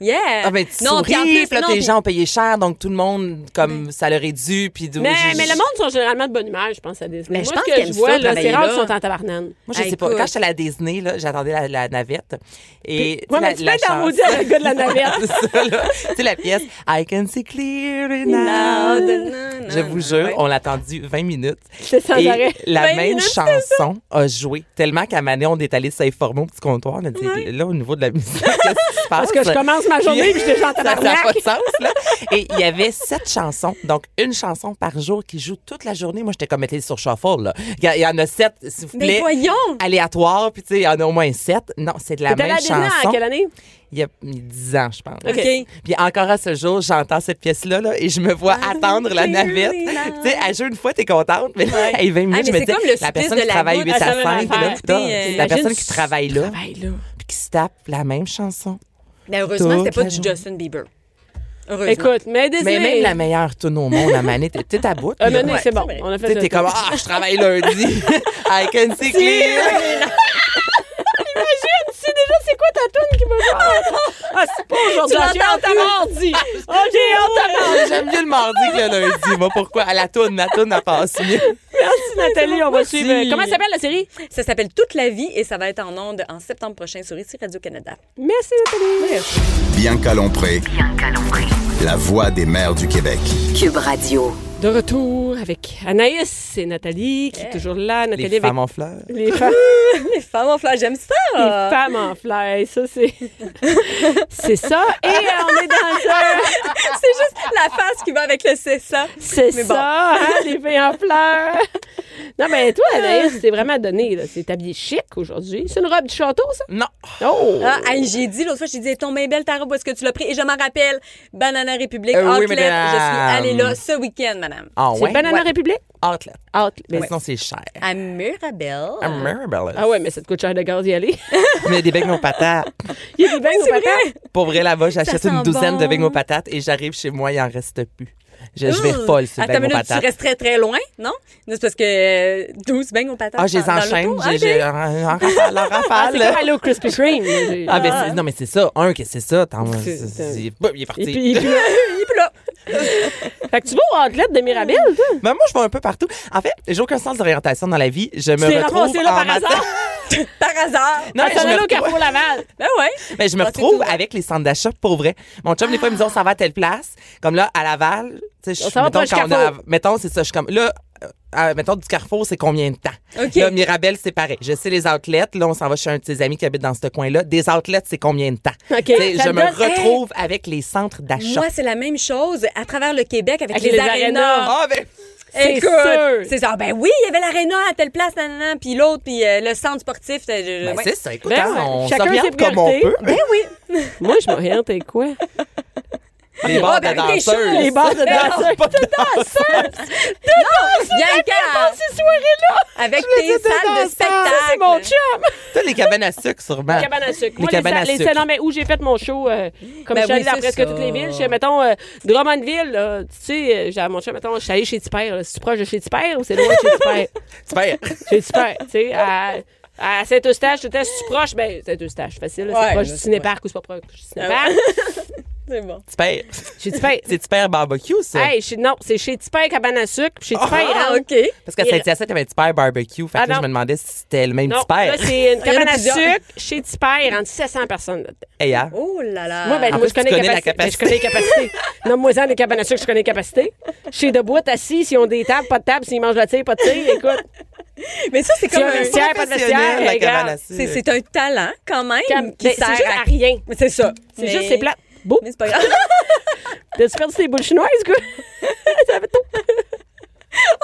Yeah.
Ah ben tu
non, puis
souris,
en
puis
plus,
là
non,
tes
puis-
gens ont payé cher, donc tout le monde comme ça leur est dû, puis de-
Mais,
je-
mais
je-
le monde sont généralement de bonne humeur, je pense, à Disney.
Mais
Moi,
je
ce
pense
que
qu'ils
je
aiment
vois,
ça,
là, c'est
travailler
rare
là.
qu'ils sont en tabarnane.
Moi je sais
Ah,
pas.
écoute.
Quand j'étais à la Disney là, j'attendais la, la navette et
Ouais, mais
la,
tu
la
peux être en
chanson-
maudit avec le gars
[laughs]
de la navette.
C'est ça, là. Tu sais la pièce I can see clearly now.
Loud.
Je vous jure, on l'a attendu 20 minutes.
C'est sans
et
arrêt.
la
20
même
minutes,
chanson a joué tellement qu'à Mané, on est allé s'informer au petit comptoir. On a dit, là, au niveau de la musique, qu'est-ce qui se passe?
Parce que je commence ma
[laughs]
journée, puis je suis déjà en
Ça n'a
tabarnak.
pas de sens, là. Et il y avait sept chansons, donc une chanson par jour qui joue toute la journée. Moi, j'étais comme mettez sur shuffle, là. Il y a- il y, en a sept, s'il
[laughs]
vous
Mais
plaît.
voyons!
Aléatoires, puis tu sais, il y en a au moins sept. Non, c'est de la
T'es allée
même
à Disney
chanson.
en quelle année?
Il y a 10 ans, je pense.
OK.
Puis encore à ce jour, j'entends cette pièce-là là, et je me vois
Ah,
attendre la navette.
really nice.
Tu sais, à jeu, une fois, t'es contente, mais là, [laughs] hey, 20 minutes,
Ah, mais
je me
c'est
dis,
comme le
la
supplice
personne
de
qui
la
travaille 8
goutte,
à
ça va
5,
l'affaire.
là, putain,
Écoutez, euh,
la personne
imagine
qui
si-
travaille là,
Ben
Travaille, là.
puis qui se tape la même chanson.
Mais heureusement, c'était
Toute la
pas du
journée.
Justin Bieber. Heureusement.
Écoute,
ben,
mais
Mais
Disney.
même la meilleure tune au monde, à Mané, t'es t'es à bout.
Ah,
là.
non, non,
Ouais.
c'est bon. On a
Tu
fait
sais,
le
t'es
tour.
comme, ah, je travaille lundi. [laughs] I can
[laughs]
see clear.
Imagine, tu sais déjà c'est quoi ta toune qui me parle. Ah, c'est pas aujourd'hui.
Tu l'entends
J'ai hâte à mardi. Ah, j'ai hâte à mardi.
J'aime mieux le mardi que le lundi. Moi, pourquoi? À la toune, la toune, elle passe mieux.
Merci Nathalie, on va suivre. Comment ça s'appelle la série?
Ça s'appelle Toute la vie et ça va être en ondes en septembre prochain sur ici Radio-Canada. [laughs]
Merci Nathalie.
Bianca Lompré,
Bianca Lompré.
la voix des mères du Québec.
Cube Radio.
De retour avec Anaïs et Nathalie qui est toujours là. Nathalie
Les
avec
femmes en fleurs.
[laughs]
les femmes,
Les femmes en fleurs, j'aime ça!
les femmes en fleurs. Ça, c'est. c'est ça. Et euh, on est dans un.
[laughs] C'est juste la face qui va avec le c'est ça.
C'est
Mais bon.
ça, hein, les filles en fleurs. Non, mais toi,
Ah.
Anaïs, c'est vraiment donné. là. C'est habillé chic aujourd'hui. C'est une robe du château, ça?
Non.
Oh!
Ah, hey, j'ai dit l'autre fois, j'ai dit, Elle est tombée belle ta robe, où est-ce que tu l'as pris? Et je m'en rappelle, Banana République,
Euh, oui,
Outlet, je
madame.
suis allée là ce week-end, madame.
Ah
c'est
ouais?
Banana Ah, République?
Outlet.
Out.
Mais
Ouais.
sinon, c'est cher.
À Mirabel.
Ah, Mirabelle.
Ah ouais, mais ça te coûte cher de gaz d'y aller.
[laughs] Mais des beignes aux patates.
Il y a des beignes
C'est vrai?
au patates.
Pour vrai, là-bas, j'achète
sent
une douzaine
bon.
de beignes aux patates et j'arrive chez moi, il en reste plus. Je, je vais folle sur
Mmh. Attends
les
une
beignes aux
minute, tu
patates.
restes très, très loin, non? Non, C'est parce que euh, 12 beignes aux patates.
Ah, je les
dans- dans
enchaîne.
l'auto.
j'ai-
Ah,
j'ai-
ok.
En en rafale, en
Ah, c'est comme
rafale.
aller au Krispy Kreme. J'ai-
Ah, ben, c'est- non, mais c'est ça. Un, que c'est ça. Attends,
C'est-
c'est-
c'est-
c'est- boum, il est
Et
parti.
puis, et puis- fait que tu vas au outlet de Mirabelle, toi?
Mais moi, je vais un peu partout. En fait, j'ai aucun sens d'orientation dans la vie. Je me
Tu t'es
retrouve.
ramassé là
en
par
matin-
hasard?
Par hasard.
Non,
Ah, t'en
mais je
allais
me
au
retrouve-
Carrefour Laval.
Ben ouais.
[laughs] Mais je me
Ah, c'est
retrouve
tout.
avec les centres d'achat pour vrai. Mon chum, des fois, il me dit on s'en va à telle place. Comme là, à Laval, tu sais, je
s'en va
mettons,
pas jusqu'à
quand on a-
Carrefour.
mettons, c'est ça, je suis comme là. euh, euh, mettons, du Carrefour, c'est combien de temps?
OK.
Là, Mirabelle, c'est pareil. Je sais les outlets. Là, on s'en va chez un de ses amis qui habite dans ce coin-là. Des outlets, c'est combien de temps?
OK.
Tu sais,
Ça
Je
te
me
donne-
retrouve avec les centres d'achat.
Moi, c'est la même chose à travers le Québec avec,
Avec les arénas.
arénas.
Ah, ben,
C'est
Écoute,
sûr.
C'est ça. Ah, Ben oui, il y avait l'aréna à telle place, nanana, puis l'autre, puis euh, le centre sportif. euh, je- je-
Ben,
ouais.
C'est ça, écoute,
Ben,
hein,
ouais.
on
Chacun
s'oriente
ses
comme on
priorités.
peut.
Moi, je m'oriente avec quoi?
Les bars
ben, avec
de
des
danseuses.
choses. [laughs]
Les bars de danseurs.
Bianca!
ces soirées-là!
Avec
Je
tes
voulais dire de
salles de
danse.
spectacle.
Ça,
C'est mon chum!
T'as les cabanes à sucre,
[laughs]
sûrement.
Les cabanes à sucre.
Ah. Les
Moi,
cabanes
les,
à
sa- les
sucre.
salons, mais où j'ai fait mon show, euh, comme
Ben
je suis
oui,
allée dans
c'est
presque
ça.
toutes les villes, je, mettons, euh, Drummondville, là, tu sais, euh, j'ai mon chum, mettons, je suis allée chez Tipper. là. C'est-tu proche de chez Tipper ou c'est loin de chez Tipper?
Super.
chez Tipper, tu sais, à, à Saint-Eustache, tout est, c'est-tu proche? Ben, Saint-Eustache, facile, là,
Ouais,
c'est proche
là,
du
c'est-
cinéparc ou c'est pas proche du cinéparc.
C'est bon.
Super.
Chez Tipper.
C'est super barbecue, ça.
Hey, chez- non, c'est chez Tipper, cabane à sucre, puis chez Tipper, hein. il
Ah,
rentre.
OK. Fait
Parce qu'à Saint-Hyacinthe, il y avait super barbecue. Fait que
Ah,
là,
non.
je me demandais si c'était le même
Non,
super.
là, c'est
y
une
en a
cabane à
plusieurs.
sucre chez Tipper, il rentre 700 personnes là-dedans.
Hey, hein?
Oh là là.
Moi, ben,
En
moi,
plus,
je connais,
tu connais la
la capacité. Ben, je connais les
[laughs]
capacités. non, moi, ça, les cabanes à sucre, je connais les capacités. Chez Debout, assis, s'ils ont des tables, pas de table, s'ils mangent la tire, pas de tire, écoute.
mais ça, c'est
S'ils
comme
ont un
un...
vestiaire, pas de vestiaire,
Professionnel, la cabane à
regarde.
sucre.
C'est c'est un talent, quand même,
Comme-
[laughs] qui
ben,
sert
C'est juste
à...
à rien.
Mais C'est ça.
C'est
Mais-
juste, c'est plat. Beau.
Mais c'est pas grave. [laughs]
T'as-tu perdu tes boules chinoises, quoi? ça fait tout.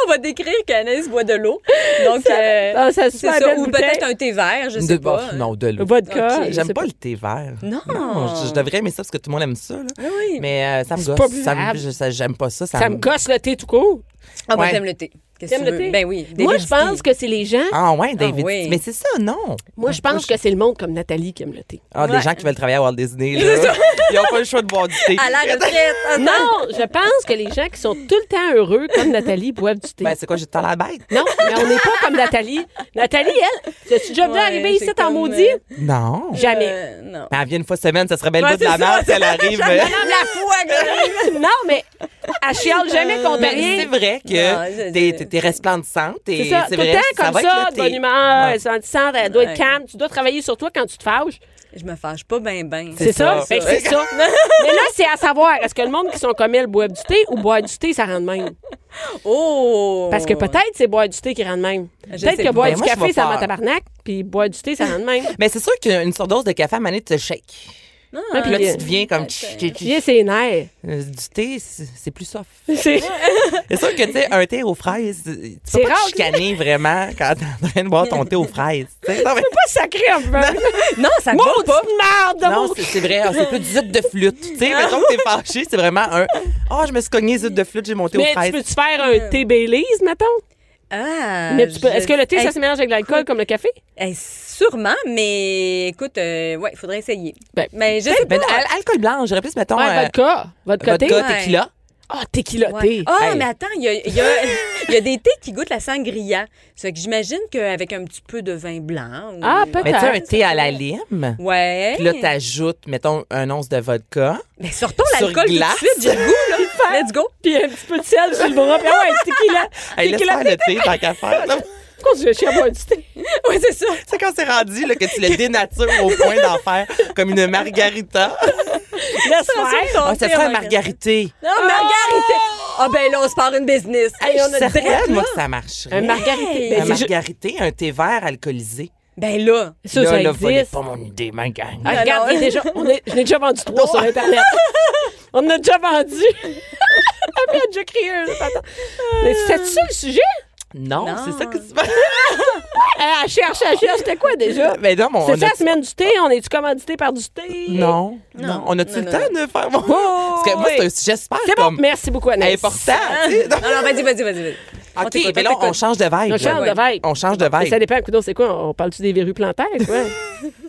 On va décrire qu'Anaïs boit de l'eau. [laughs]
[laughs]
Donc, euh,
Ah, ça se
c'est ça. Ou peut-être un thé vert, je sais
De-
pas.
bah, non, de l'eau.
Vodka.
Ok.
je
J'aime
sais
pas, le thé vert.
Non.
je, je devrais aimer ça parce que tout le monde aime ça. Là.
oui.
Mais euh, ça me
C'est pas
gosse. Ça me-
buvable.
je- ça- J'aime pas ça. Ça,
Ça me gosse le thé tout court.
Ah, moi,
Ouais.
j'aime le thé. Qu'est-ce que
T'aimes
tu
le
veux?
thé?
Ben oui.
Moi,
David
je pense
Tea.
que c'est les gens.
Ah ouais, David.
oui.
Mais c'est ça, non.
Moi,
ben,
je pense que c'est le monde comme Nathalie qui aime le thé.
Ah,
Ouais.
des gens qui veulent travailler à Walt Disney. Là. [laughs] Ils ont pas le choix de boire du thé.
À la retraite. Ah, attends.
Non, je pense que les gens qui sont tout le temps heureux comme Nathalie boivent du thé.
Ben, c'est quoi, j'ai tant la bête?
Non, mais on n'est pas comme Nathalie. Nathalie, elle, as-tu déjà vu
Ouais,
arriver
c'est
ici en
comme,
maudit?
euh,
Non. Ben,
Jamais.
Euh, non.
Elle vient une fois semaine, ça serait belle
Ouais,
bout de
c'est ça,
la merde si elle arrive. euh.
La foi, gars.
non, mais elle chiale jamais contre
Mais Ben, c'est
rien.
vrai
Non, je-
que t'es- t'es- t'es resplendissante. et
C'est ça, tout le
vrai,
temps comme
va
ça,
avec
de
le
bonne
thé.
humeur,
Ouais.
elle s'en dissente, elle doit être
Ouais.
calme. Tu dois travailler sur toi quand tu te fâches.
[laughs] Je me fâche pas ben ben.
C'est ça?
ça.
Fait que c'est
[laughs]
ça. Mais là, c'est à savoir, est-ce que le monde qui sont comme elle boit du thé ou boire du thé, ça rend de même?
Oh!
Parce que peut-être c'est boire du thé qui rend de même.
Je sais
Peut-être que
pas.
boire
Ben,
du
moi, je
café,
vois
ça
pas.
rend tabarnak, puis boire du thé, ça rend de
[laughs]
même.
Mais c'est sûr qu'une surdose de café à manette te shake.
Hein,
Puis là,
puis,
tu
euh,
deviens comme.
viens, c'est les nerfs.
Euh, Du thé, c'est c'est plus soft.
C'est-
C'est sûr que, tu sais, un thé aux fraises, tu
C'est
peux pas
rare,
te chicaner vraiment quand t'es en train de boire ton thé aux fraises. tu sais. Non, mais-
pas sacré un peu.
Non, ça
Moi,
va pas.
merde de
Non, c'est- c'est vrai, ah, c'est plus du zut de flûte. Tu sais, mettons que t'es fâché, c'est vraiment un. Oh, je me suis cogné zut de flûte, j'ai monté aux
Mais tu
fraises.
peux-tu faire un
Mm.
thé Baileys, mettons?
Ah,
Mais tu peux-
je-
Est-ce que le thé,
Hey,
ça se mélange avec l'alcool comme le café?
hey, sûrement, mais écoute, euh, ouais, il faudrait essayer.
Ben,
mais je sais pas.
Ben, al- alcool blanc, j'aurais plus, mettons.
Ouais,
euh,
vodka. Vodka, thé.
vodka,
Ouais.
tequila.
Ah, tequila
Ouais.
thé.
Ah,
Hey.
mais attends, il y a, il y a- [laughs] il y a des thés qui goûtent la sangria. Ça fait que j'imagine qu'avec un petit peu de vin blanc. ou-
Ah, peut-être.
Mais tu sais, un thé à la lime.
Ouais.
Puis là, t'ajoutes, mettons, un once de vodka.
Mais sortons
Sur
l'alcool tout de
glace.
suite, j'ai le
[laughs]
goût, là. Let's go.
Puis un petit peu de sel sur le bras. Puis ah ouais, tequila.
Hey, laisse
tequila
faire le thé, tant qu'à
[laughs]
faire. là.
Pourquoi tu veux chier à boire du thé?
Oui, c'est ça.
Tu sais, quand c'est rendu là, que tu le dénatures au point d'en faire comme
[laughs]
une margarita.
Oh, Laisse faire.
Ah, ça serait un margarité.
Non,
Oh!
margarité. Ah, ben là, on se part une business. Hey,
Je
on
suis
a direct,
certaine,
là.
moi, que ça
Un
marcherait.
margarité.
Hey.
Ben,
Un
c'est juste-
margarité, un thé vert alcoolisé.
Ben là.
Ça,
là,
ça
là, volez
existe.
pas mon idée, ma gang.
Ah,
Non,
regarde,
non.
il est déjà, on est, je l'ai déjà vendu trois
[laughs]
sur Internet. on en a déjà vendu. [laughs] Elle a déjà crié un. attends. Mais c'était ça le sujet? Euh,
Non,
Non.
c'est ça que tu fais.
Elle cherche, elle cherche. C'était quoi
[laughs]
déjà?
Mais Ben non, mon.
C'est
on
ça
a-
la semaine du thé? On est-tu commandité par du thé?
Non, non. On a-tu
Non,
le
non,
temps de faire mon.
Oh,
Parce que moi,
oui.
c'est un sujet super
C'est bon.
comme
Merci beaucoup, Anaïs.
important.
Ah,
tu sais.
Hein? Non, non, vas-y, vas-y, vas-y. vas-y.
OK, mais là, on change de vibe.
On change
là.
de vibe.
On change de
Mais ça
vibe.
dépend. Coudon, c'est quoi? On parle-tu des verrues plantaires?
[laughs]
Quoi?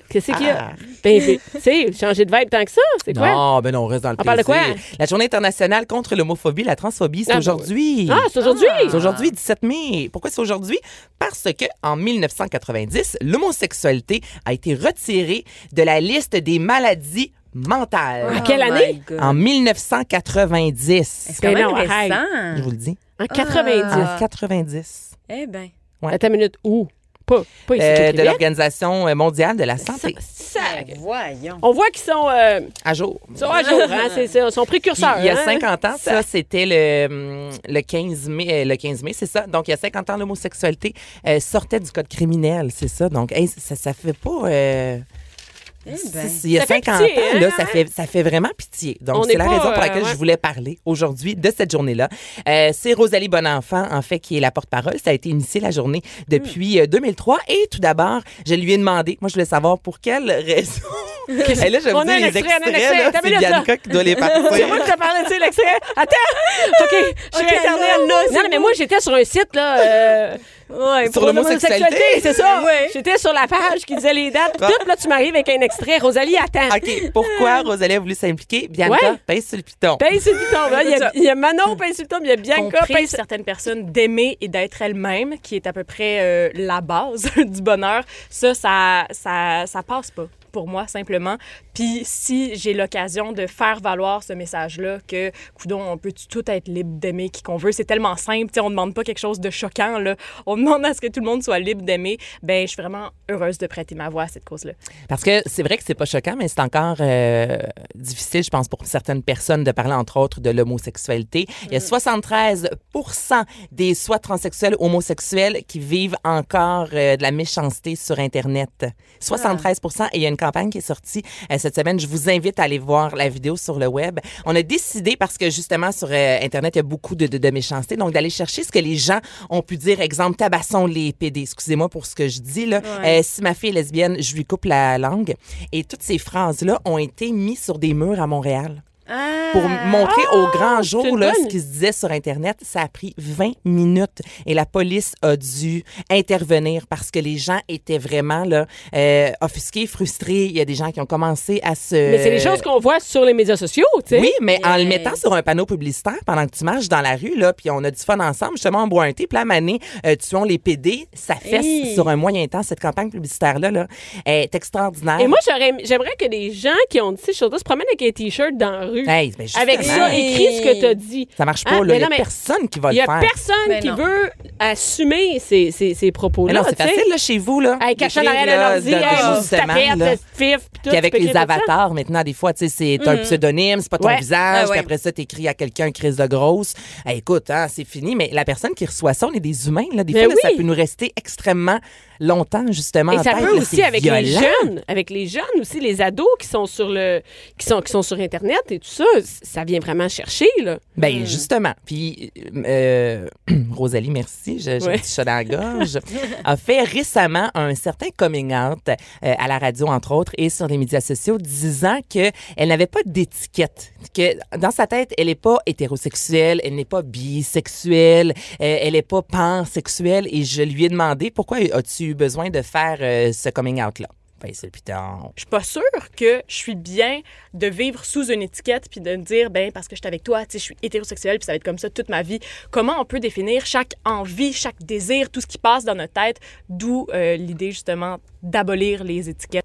Qu'est-ce qu'il y a?
Ah.
Ben, ben, tu sais, changer de vibe tant que ça, c'est quoi?
Non, ben non, on reste dans le
On parle de
plaisir.
quoi?
La Journée internationale contre l'homophobie, la transphobie, c'est
Ah, ben
aujourd'hui.
Ah, c'est aujourd'hui!
C'est aujourd'hui, 17 mai. Pourquoi c'est aujourd'hui? Parce que en 1990, l'homosexualité a été retirée de la liste des maladies mentales.
Ah. quelle année?
En 1990.
C'est quand
Ben
même
non,
Je
récent.
vous le dis.
En 90.
En 90.
Eh ben.
Attends une minute. Où? Pas, pas ici.
euh,
au
de
Québec.
l'Organisation euh, mondiale de la santé.
Sac.
Voyons.
On voit qu'ils sont, euh,
À jour.
ils sont à jour, hein, c'est ça, ils sont
Puis,
précurseurs.
il y a
hein.
50 ans, ça, c'était le, hum, le 15 mai. euh, Le 15 mai, c'est ça. Donc, il y a 50 ans, l'homosexualité euh, sortait du code criminel, c'est ça. Donc, hey, ça, ça fait pas... euh,
ben.
Si- Il y a
Eh Ça fait
50
pitié,
ans,
hein,
là,
quand
ça, fait, ça fait vraiment pitié.
On
Donc, c'est
n'est
la
pas,
raison pour laquelle
euh, ouais.
je voulais parler aujourd'hui de cette journée-là. Euh, c'est Rosalie Bonenfant, en fait, qui est la porte-parole. Ça a été initié la journée depuis
Hmm.
euh, 2003. Et tout d'abord, je lui ai demandé, moi, je voulais savoir pour quelle
[laughs]
raison. [laughs] Et là, je vais
On
vous
a
dire
un
les
extrait, on a un
extraits,
extrait.
là,
T'as mis
c'est
là, ça.
Bianca qui doit les partir.
C'est moi qui te parlais, [laughs] tu sais, l'extrait. Attends! OK, je suis
Ok,
Internet,
non,
là.
c'est
Non, non, mais
bon.
moi, j'étais sur un site, là. euh, ouais,
Sur
pour
l'homosexualité.
c'est ça.
Ouais.
J'étais sur la page qui disait les dates.
Bon.
Tout, là, tu m'arrives avec un extrait. Rosalie, attends.
OK, pourquoi Rosalie a voulu s'impliquer? Bianca,
Ouais.
pèse sur le piton.
Pince sur le piton, là. Il y a- Il y a Manon, pince sur le piton, puis il y a Bianca,
compris
pince
certaines personnes d'aimer et d'être elles-mêmes, qui est à peu près euh, la base [laughs] du bonheur, ça, ça, ça, ça passe pas pour moi simplement. Puis si j'ai l'occasion de faire valoir ce message-là, que, coudon, on peut tout être libre d'aimer qui qu'on veut, c'est tellement simple, tu sais, on demande pas quelque chose de choquant, là. on demande à ce que tout le monde soit libre d'aimer, ben je suis vraiment heureuse de prêter ma voix à cette cause-là.
Parce que c'est vrai que c'est pas choquant, mais c'est encore euh, difficile, je pense, pour certaines personnes de parler, entre autres, de l'homosexualité. Il y a 73 des soit transsexuels homosexuels qui vivent encore euh, de la méchanceté sur Internet. 73 Et il y a une campagne qui est sortie euh, cette semaine. Je vous invite à aller voir la vidéo sur le web. On a décidé, parce que justement, sur euh, Internet, il y a beaucoup de, de- de méchanceté, donc d'aller chercher ce que les gens ont pu dire. Exemple, tabassons les PD. Excusez-moi pour ce que je dis, là. Euh, si ma fille est lesbienne, je lui coupe la langue. Et toutes ces phrases-là ont été mises sur des murs à Montréal.
Ah.
Pour montrer au
Ah!
grand
c'est
jour
une
là,
bonne
ce qui se disait sur Internet, ça a pris 20 minutes et la police a dû intervenir parce que les gens étaient vraiment là, euh, offusqués, frustrés. Il y a des gens qui ont commencé à se...
Mais c'est les choses qu'on voit sur les médias sociaux, tu sais.
Oui, mais en le mettant sur un panneau publicitaire pendant que tu marches dans la rue, là, puis on a du fun ensemble, justement, on boit un thé, puis la manée, euh, tuons les PD, ça fesse
Hey.
sur un moyen temps. Cette campagne publicitaire-là là, est extraordinaire.
Et moi, j'aurais- j'aimerais que les gens qui ont dit ces choses-là se promènent avec un T-shirt dans la rue.
Hey, ben, justement,
avec ça, écris ce que tu as dit.
Ça marche pas,
Hein?
là.
Mais
Il y a
non, mais
personne qui va
Il n'y
le
a
faire.
personne
Mais
qui
Ben non.
veut assumer ces, ces, ces
Mais
propos-là.
Eh non, c'est
tu sais.
facile, là, chez vous, là.
Hey, cachant
d'écrire,
derrière
là,
le ordi,
de-
hey, on se
justement,
tapette,
là.
le fif, puis tout.
Puis
tu
avec
peux
les
écrire tout ça.
avatars, maintenant, des fois, tu sais, c'est un pseudonyme, c'est pas ton
Ouais.
visage.
Ah ouais.
Puis après ça, t'écris à quelqu'un crise de grosse. Eh, écoute, hein, c'est fini. Mais la personne qui reçoit ça, on est des humains. Là. Des
Mais
fois, là,
Ben oui.
ça peut nous rester extrêmement longtemps, justement.
Et
en
ça
tête,
peut
là,
aussi
c'est
avec les
violent.
jeunes, avec les jeunes aussi, les ados qui sont sur le, qui sont, qui sont sur Internet et tout ça, ça vient vraiment chercher là.
Ben justement. Puis euh, [clears throat] Rosalie, merci, je- j'ai
Ouais.
un petit chat dans la gorge, a fait récemment un certain coming out euh, à la radio, entre autres, et sur les médias sociaux, disant que elle n'avait pas d'étiquette, que dans sa tête, elle n'est pas hétérosexuelle, elle n'est pas bisexuelle, euh, elle n'est pas pansexuelle, et je lui ai demandé, pourquoi as-tu eu besoin de faire euh, ce coming out-là? Ben, c'est le piton.
Je suis pas sûre que je suis bien de vivre sous une étiquette puis de me dire, ben parce que je suis avec toi, tu sais, je suis hétérosexuelle puis ça va être comme ça toute ma vie. Comment on peut définir chaque envie, chaque désir, tout ce qui passe dans notre tête, d'où euh, l'idée justement d'abolir les étiquettes.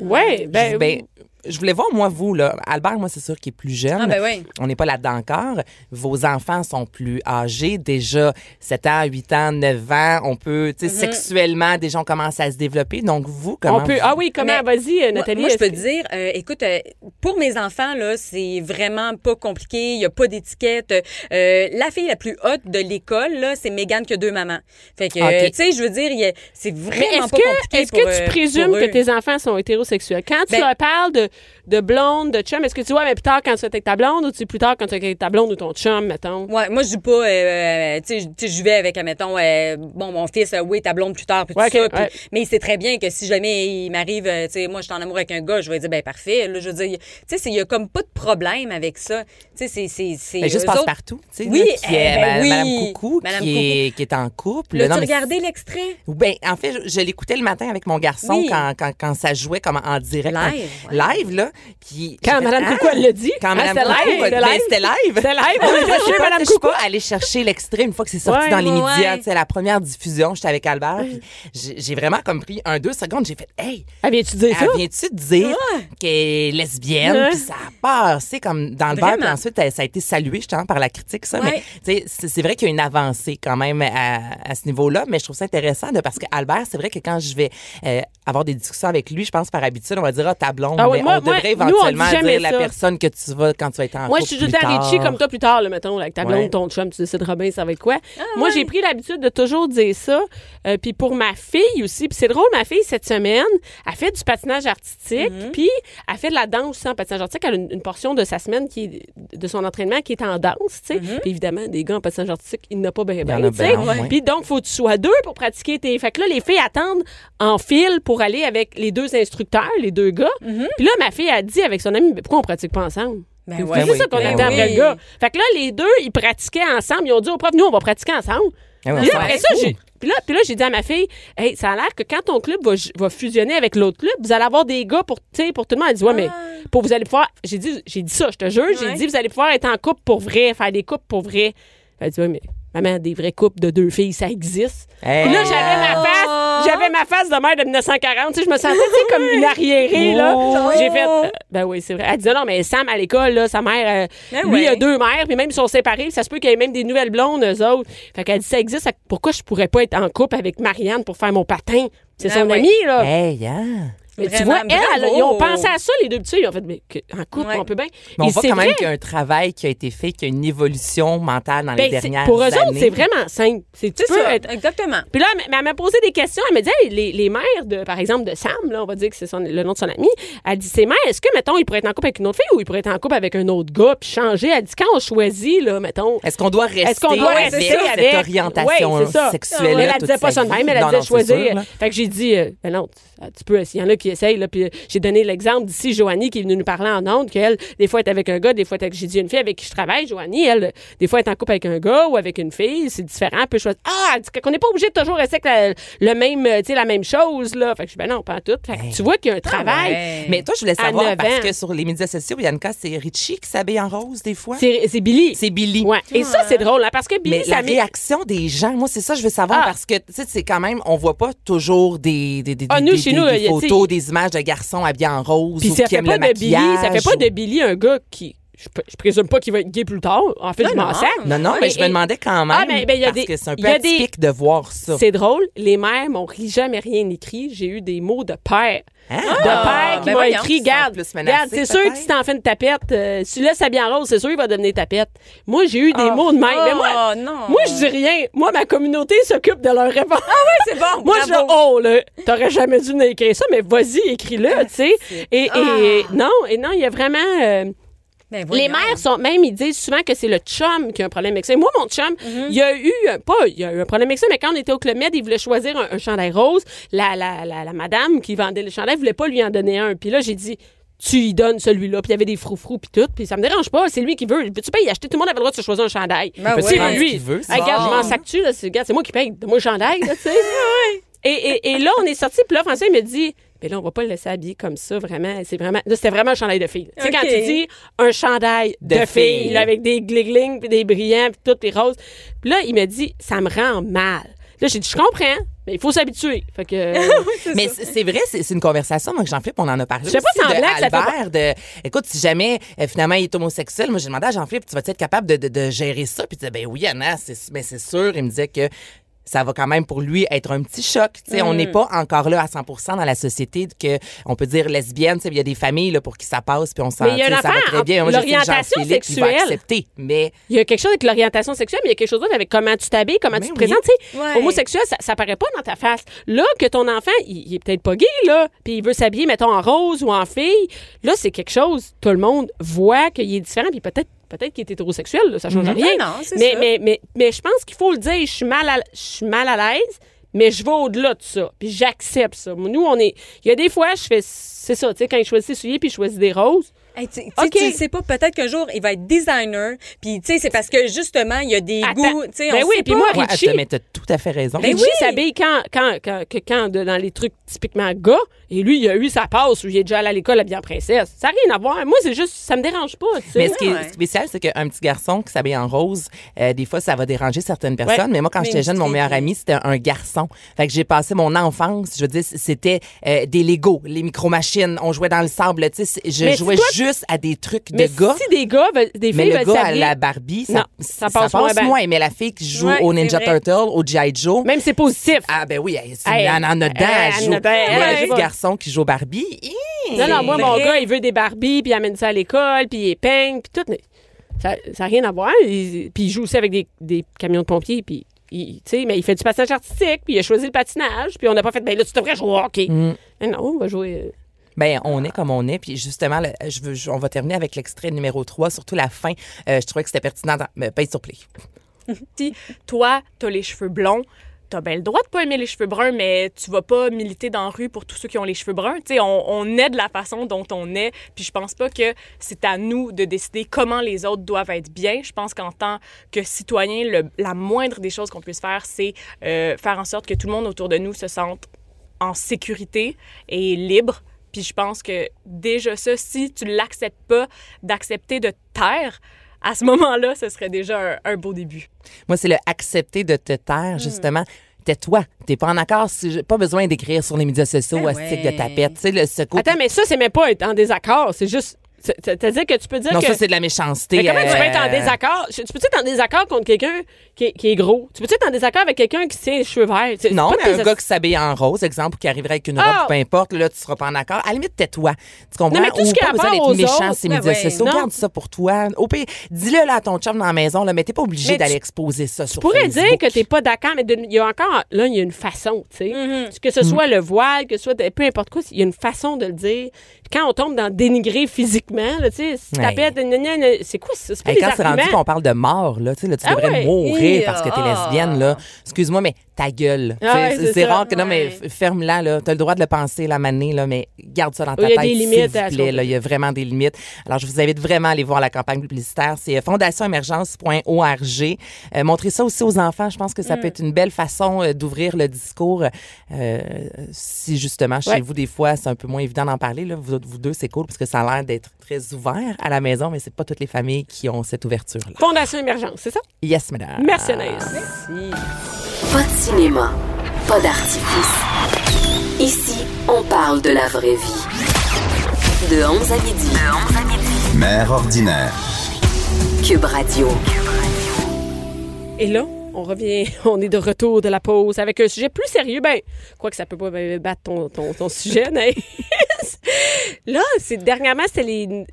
Ouais,
Je dis,
ben,
ben, je voulais voir, moi, vous, là. Albert, moi, c'est sûr qu'il est plus jeune.
Ah, ben oui.
On n'est pas là-dedans encore. Vos enfants sont plus âgés. Déjà, 7 ans, 8 ans, 9 ans, on peut, tu sais, sexuellement, déjà, on commence à se développer. Donc, vous, comment.
on peut.
vous-
Ah oui, comment
Mais-
Vas-y, euh,
Moi-
Nathalie.
Moi, je
est-ce
peux
que-
te dire, euh, écoute, euh, pour mes enfants, là, c'est vraiment pas compliqué. Il n'y a pas d'étiquette. Euh, la fille la plus haute de l'école, là, c'est Mégane qui a deux mamans. Fait que, euh,
Ok.
tu sais, je veux dire, il y a- c'est
Ah, Mais
vraiment
Est-ce
pas
que,
compliqué.
est-ce
pour,
que tu
euh,
présumes
pour
que
eux.
tes enfants sont hétérosexuels? Quand tu
Ben-
leur parles de, de blonde, de chum, est-ce que tu vois, mais plus tard quand tu es avec ta blonde ou tu dis plus tard quand tu es avec ta blonde ou ton chum, mettons?
Ouais, moi, je dis pas, euh, tu sais, je- tu sais, je vais avec, admettons, euh, bon, mon fils, euh, oui, ta blonde plus tard, puis
Ouais,
tout
ok,
ça. puis-
ouais.
Mais il sait très bien que si jamais il m'arrive, euh, tu sais, moi, je suis en amour avec un gars, je vais dire, ben parfait. Là, je veux dire, tu sais, c'est- il y a comme pas de problème avec ça. Tu sais, c'est- c'est. c'est-
Ben, juste
eux
passe
autres-
partout, tu sais.
Oui,
là, qui
eh
est
ben
ma-
oui.
Madame Coucou,
Madame
qui, Est, qui est en couple.
Là,
Non,
tu
mais c'est-
regardais l'extrait?
Ben, en fait, je, je l'écoutais le matin avec mon garçon
Oui.
quand, quand, quand ça jouait comme en direct.
Live,
en-
ouais.
Live, là. Puis,
Quand
j'ai fait,
Madame
ah!
Coucou, elle l'a dit.
Quand
Ah,
Madame
c'était
Coucou,
live,
ben,
c'était live.
c'était live.
C'était live, on était chez
[laughs] Je
Madame
suis
Coucou.
pas allée chercher l'extrait une fois que c'est sorti
Ouais,
dans les
ouais,
médias.
ouais.
Tu sais, la première diffusion, j'étais avec Albert. puis J'ai j'ai vraiment compris un, deux secondes. J'ai fait, hey,
Ah, viens-tu dire ça? Ah! Hein?
elle vient-tu de dire qu'elle est lesbienne?
Ouais.
Puis ça a passé comme dans le beurre.
Vraiment.
Puis ensuite, elle- ça a été salué, justement, par la critique, ça.
Ouais.
Mais tu sais, c'est c'est vrai qu'il y a une avancée quand même à, à ce niveau-là. Mais je trouve ça intéressant de, parce que Albert, c'est vrai que quand je vais euh, avoir des discussions avec lui, je pense par habitude, on va dire, ah, ta blonde,
Ah oui,
mais
moi-
on devrait
moi, nous, on dit
éventuellement
jamais
dire la
ça.
personne que tu vas quand tu vas être en
Moi, je
couple
suis
plus
juste à Richie
tard.
comme toi plus tard, là, mettons, là, avec ta blonde,
Ouais.
ton chum, tu décideras bien ça va être quoi. Moi, j'ai pris l'habitude de toujours dire ça. Euh, puis pour ma fille aussi, puis c'est drôle, ma fille, cette semaine, elle fait du patinage artistique, puis elle fait de la danse aussi en patinage artistique. Elle a une, une portion de sa semaine, qui est- de son entraînement qui est en danse, tu sais. Puis évidemment, des gars en patinage artistique, il n'y en a pas bien,
en a
tu sais.
ben, ouais.
Puis donc, faut que tu sois deux pour pratiquer tes... Fait que là, les filles attendent en file pour aller avec les deux instructeurs, les deux gars. Puis là, ma fille a dit avec son ami, Mais pourquoi on pratique pas ensemble?
Ben
C'est
ouais.
ça
Ben oui,
qu'on
ben
attend
oui.
après le gars. Fait que là, les deux, ils pratiquaient ensemble. Ils ont dit au prof, nous, on va pratiquer ensemble.
Ah ouais,
Puis là,
ouais.
après ça, j'ai... Puis là, puis là, j'ai dit à ma fille, hey, ça a l'air que quand ton club va, va fusionner avec l'autre club, vous allez avoir des gars pour, tu sais, pour tout le monde. Elle dit, ouais, mais
Ah.
pour vous allez pouvoir. J'ai dit, j'ai dit ça, je te jure. J'ai
Ouais.
dit, vous allez pouvoir être en couple pour vrai, faire des couples pour vrai. Elle dit, ouais, mais maman, des vrais couples de deux filles, ça existe.
Hey,
Puis là, j'avais ma
Oh.
face, j'avais ma face de mère de 1940. Tu sais, je me sentais tu sais, comme une arriérée, là.
Oh.
J'ai fait, euh, ben oui, c'est vrai. Elle disait, non, mais Sam, à l'école, là, sa mère, euh,
Ben
lui,
ouais.
il a deux mères, puis même ils sont séparés, puis ça se peut qu'il y ait même des nouvelles blondes, eux autres. Fait qu'elle dit, ça existe, fait que pourquoi je pourrais pas être en couple avec Marianne pour faire mon patin? C'est
Ah
son
ouais.
amie, là.
Hey, hein.
mais tu
vraiment,
vois, elle,
bravo.
ils ont pensé à ça, les deux petits. Ils ont fait, mais que- en couple,
Ouais.
on peut bien.
Mais on
Et
voit
c'est
quand même
vrai.
qu'il y a un travail qui a été fait, qu'il y a une évolution mentale dans les
Ben, c'est-
dernières
pour eux
années.
autres, c'est vraiment simple. C'est tu
C'est
peux
ça,
être [laughs]
exactement.
Puis là, elle m- elle m'a posé des questions. Elle m'a dit, Hey, les, les mères, de, par exemple, de Sam, là, on va dire que c'est son- le nom de son ami, elle dit, ses mères, est-ce que, mettons, il pourrait être en couple avec une autre fille ou il pourrait être en couple avec un autre gars, puis changer? Elle dit, quand on choisit, là, mettons.
Est-ce qu'on doit rester
Est-ce qu'on doit
avec
rester
cette
avec
orientation
Ouais, c'est ça.
sexuelle
Elle, elle disait pas ça de même, elle disait choisir. fait que j'ai dit, euh, ben non, tu- tu peux, s'il y en a qui essayent, là, puis euh, j'ai donné l'exemple d'ici, Joanie, qui est venue nous parler en ondes, qu'elle, des fois, est avec un gars, des fois, est avec- j'ai dit une fille avec qui je travaille, Joanie, elle, euh, des fois, est en couple avec un gars ou avec une fille, c'est différent, elle peut choisir. Ah, elle dit qu'on n'est pas obligé de toujours rester avec la, le même, euh, tu sais, la même chose, là. Fait que je dis, ben non, pas en tout. Fait que tu vois qu'il y
Ah
a un travail.
Mais toi, je voulais
À
savoir,
neuf
parce
ans.
que sur les médias sociaux, Bianca, c'est Richie qui s'habille en rose des fois.
C'est c'est Billy.
C'est Billy. Ah.
Ouais. Et ça, c'est drôle, là, parce que Billy,
Mais
ça
la
met-
réaction des gens, moi, c'est ça que je veux savoir
Ah.
parce que, tu sais, c'est quand même, on voit pas toujours des, des, des,
Ah, nous,
des-
chez
des-
nous,
des
il y a- tu sais,
photos, des images de garçons habillés en rose
Puis
ou
ça
qui
fait
aiment
pas
le
de Billy,
maquillage.
ça fait pas
ou-
de Billy un gars qui je, pr- je présume pas qu'il va être gay plus tard. En fait, je m'en
non.
sers.
Non, non, mais je me
et-
demandais quand même,
Ah, mais- ben, il y a
parce
des-
que c'est un
il
peu
y a des-
atypique de voir ça.
C'est drôle, les mères m'ont ri- jamais rien écrit. J'ai eu des mots de père.
Hein?
De père
ben
qui m'a
voyons,
écrit,
ils sont
garde,
plus menacés,
garde, c'est sûr que
peut-être.
si t'en fais une tapette, euh, si tu laisses habiller en rose, c'est sûr qu'il va devenir tapette. Moi, j'ai eu des mots de mère. mais moi,
Oh, non.
moi, je dis rien. Moi, ma communauté s'occupe de leur réponse.
Ah
[laughs]
C'est bon,
Moi, je
bravo.
oh, là, t'aurais jamais dû écrire ça, mais vas-y, écris-le, tu
Ah,
sais. Et, et- non, et non, il y a vraiment... euh,
Ben,
Les
voyons.
mères sont même, ils disent souvent que c'est le chum qui a un problème avec ça. Et Moi, mon chum,
Mm-hmm.
il a eu, un- pas, il a eu un problème avec ça, mais quand on était au Club Med, il voulait choisir un, un chandail rose. La, la, la, la madame qui vendait le chandail voulait pas lui en donner un. Puis là, j'ai dit, tu y donnes celui-là. Puis il y avait des froufrous, puis tout. Puis ça me dérange pas, c'est lui qui veut. Veux-tu pas y acheter? Tout le monde avait le droit de se choisir un chandail.
Ben
Il peut se
oui. Ah.
prendre ce
lui.
qu'il veut, c'est
Hey, regarde,
bon.
je m'en sac-tu, là, c'est regarde, c'est moi qui paye. Donne-moi le chandail, là,
[laughs]
tu sais. et, et- et là, on est sorti, puis là, François, il me dit. Mais là, on va pas le laisser habiller comme ça, vraiment. C'est vraiment. Là, c'était vraiment un chandail de fille. Tu sais, quand
OK.
tu dis un chandail de,
De
fille,
fille.
là, avec des gliglings, puis des brillants, puis tout, les roses. Puis là, il me dit, ça me rend mal. Là, j'ai dit, je comprends, mais il faut s'habituer. Fait que. euh,
Mais c'est c'est vrai, c'est c'est une conversation. Moi, Jean-Philippe, on en a parlé.
Je fais pas
aussi, de
semblant que ça fait pas-
Albert, de, écoute, si jamais, euh, finalement, il est homosexuel, moi, j'ai demandé à Jean-Philippe, tu vas être capable de, de- de gérer ça? Puis il disait, ben oui, Anna, c'est- mais c'est sûr. Il me disait que ça va quand même pour lui être un petit choc. Tu sais, On
Mm.
n'est pas encore là à 100 dans la société que on peut dire lesbienne. tu sais, Il y a des familles là, pour qui ça passe, puis on s'en
Mais il y a
tu sais,
une
ça va
affaire
très bien.
entre
je sais que
l'orientation
Jean-Philippe, il va
sexuelle.
accepter, mais...
Il y a quelque chose avec l'orientation sexuelle, mais il y a quelque chose d'autre avec comment tu t'habilles, comment
Mais
tu te
oui.
présentes. Tu sais,
Ben Ouais.
Homosexuel, ça, ça paraît pas dans ta face. Là, que ton enfant, il, il est peut-être pas gay, là, puis il veut s'habiller, mettons, en rose ou en fille, là, c'est quelque chose, tout le monde voit qu'il est différent, puis peut-être peut-être qu'il est hétérosexuel, là, ça change rien.
Ben Non, non, c'est
mais,
ça.
mais, mais, mais je pense qu'il faut le dire, je suis mal à, je suis mal à l'aise, mais je vais au-delà de ça, puis j'accepte ça. Nous, on est... Il y a des fois, je fais... C'est ça, tu sais, quand je choisis ses souliers, puis je choisis des roses,
Hey, tu, tu-
OK.
tu le sais pas, peut-être qu'un jour, il va être designer. Puis, tu sais, c'est parce que justement, il y a des
Attends.
goûts. Tu sais,
Ben
on
oui,
sait
puis
pas.
moi,
Ouais,
Richie-
attends, mais t'as tout à fait raison.
Ben
Ben
oui.
oui.
s'habille quand, quand, quand, que quand de- dans les trucs typiquement gars, et lui, il a eu sa passe où il est déjà allé à l'école habillé en princesse. Ça n'a rien à voir. Moi, c'est juste, ça me dérange pas, tu sais.
Mais ce qui
Ouais.
est spécial, c'est qu'un petit garçon qui s'habille en rose, euh, des fois, ça va déranger certaines personnes. Mais moi, quand
Mais
j'étais
une
jeune, mon
petite
meilleur
fille.
ami, c'était un garçon. Fait que j'ai passé mon enfance, je veux dire, c'était euh, des Legos, les micro-machines. On jouait dans le sable, tu sais. c'est- Je
Mais
jouais
toi, tu
plus à des trucs de
Mais
gars.
si des gars, veulent- des
Mais
filles
le
veulent
gars à
s'habiller,
la Barbie, ça,
Non,
ça
ça
passe,
passe moins bien.
moins. Mais la fille qui joue
Ouais,
au
c'est
Ninja
vrai.
Turtle, au G.I. Joe,
même c'est positif.
ah ben oui, elle, c'est-
Hey,
elle en a dedans. elle
elle
joue.
en a dedans,
Mais
elle,
le
je vois.
garçon qui joue au Barbie, hi,
non, non, moi,
c'est
mon
vrai.
gars, il veut des Barbies, puis il amène ça à l'école, puis il est peigne, puis tout. mais ça n'a rien à voir. Il- puis il joue aussi avec des, des camions de pompiers, puis il, tu sais, mais il fait du patinage artistique, puis il a choisi le patinage, puis on n'a pas fait, ben là, tu devrais jouer au hockey.
Mm.
Mais non, on va jouer... euh,
Ben, on est comme on est. Puis justement, le- je veux, je- on va terminer avec l'extrait numéro 3, surtout la fin. Euh, je trouvais que c'était pertinent. ben, dans- Mais paye sur play.
Si toi, t'as les cheveux blonds, t'as bien le droit de pas aimer les cheveux bruns, mais tu vas pas militer dans la rue pour tous ceux qui ont les cheveux bruns. Tu sais, on, on est de la façon dont on est, puis je pense pas que c'est à nous de décider comment les autres doivent être bien. Je pense qu'en tant que citoyen, le- la moindre des choses qu'on puisse faire, c'est euh, faire en sorte que tout le monde autour de nous se sente en sécurité et libre. Puis je pense que déjà ça, si tu l'acceptes pas, d'accepter de te taire, à ce moment-là, ce serait déjà un- un beau début.
Moi, c'est le accepter de te
Hmm.
taire, justement. Tais-toi. T'es pas en accord. si j'ai- Pas besoin d'écrire sur les médias sociaux
Ah
astique
ouais.
de tapette. Tu sais, le secours.
Attends, mais ça, c'est même pas être en désaccord, c'est juste... c'est- C'est-à-dire que tu peux dire
non,
que...
ça, c'est de la méchanceté.
Mais comment tu peux être en
euh,
désaccord? Je- Tu peux-tu être en désaccord contre quelqu'un qui, est- qui est gros? Tu peux-tu être en désaccord avec quelqu'un qui tient les cheveux verts? [laughs] C'est- c'est
Non,
pas
mais un
tes-
gars qui s'habille en rose, exemple, ou qui arriverait avec une robe,
Ah!
peu importe, là, tu seras pas en accord. À la limite, tais-toi. Tu comprends?
Non, mais tout
Ou
ce qui
pas
a
besoin
rapport
d'être
aux
méchant
autres,
ces
ben
médias
ouais,
sociaux.
non.
Garde ça pour toi. Au pire, dis-le là à ton chum dans la maison, là, mais t'es pas obligé
Mais
d'aller
tu-
exposer ça sur
Tu pourrais dire
Facebook.
que t'es pas d'accord, mais de- il y a encore, là, il y a une façon, tu sais. Que
Mm-hmm.
ce soit le voile, que ce soit de- peu importe quoi, il y a une façon de le dire. Puis Quand on tombe dans dénigrer physiquement, là, tu sais, si
Ouais.
t'appelles, gna, gna, gna, c'est quoi ça? C'est pas
Hey,
des
quand c'est rendu
arguments.
qu'on parle de mort, là, tu sais, là, tu
Ah
devrais
ouais.
mourir
Hi,
parce que t'es
ah.
lesbienne, là. Excuse-moi, mais ta gueule. Tu sais,
Ah ouais,
c'est
c'est
c'est
ça.
rare que, non, mais f- ferme-la, là. T'as le droit de le penser, la manée, là, mais garde ça dans ta
Il y a
tête,
des
s'il
limites
vous
à ce
plaît,
qu'on
là. Il y a vraiment des limites. Alors, je vous invite vraiment à aller voir la campagne publicitaire. C'est euh, fondationemergence.org. Euh, montrez ça aussi aux enfants. Je pense que
Mm.
ça peut être une belle façon euh, d'ouvrir le discours. euh, si, justement, chez
Ouais.
vous, des fois, c'est un peu moins évident d'en parler, là. Vous, autres- vous deux, c'est cool parce que ça a l'air d'être très ouvert à la maison, mais c'est pas toutes les familles qui ont cette ouverture-là.
Fondation Émergence, c'est ça?
Yes, madame.
Merci, Anaïs.
Ah.
Pas de cinéma, pas d'artifice. Ici, on parle de la vraie vie. De 11 à midi. De 11 à midi.
Mère ordinaire.
Cube Radio.
Et là, on revient, [laughs] on est de retour de la pause avec un sujet plus sérieux. Ben, quoi que ça peut pas ben, battre ton, ton, ton sujet, mais [laughs] là, c'est dernièrement c'était les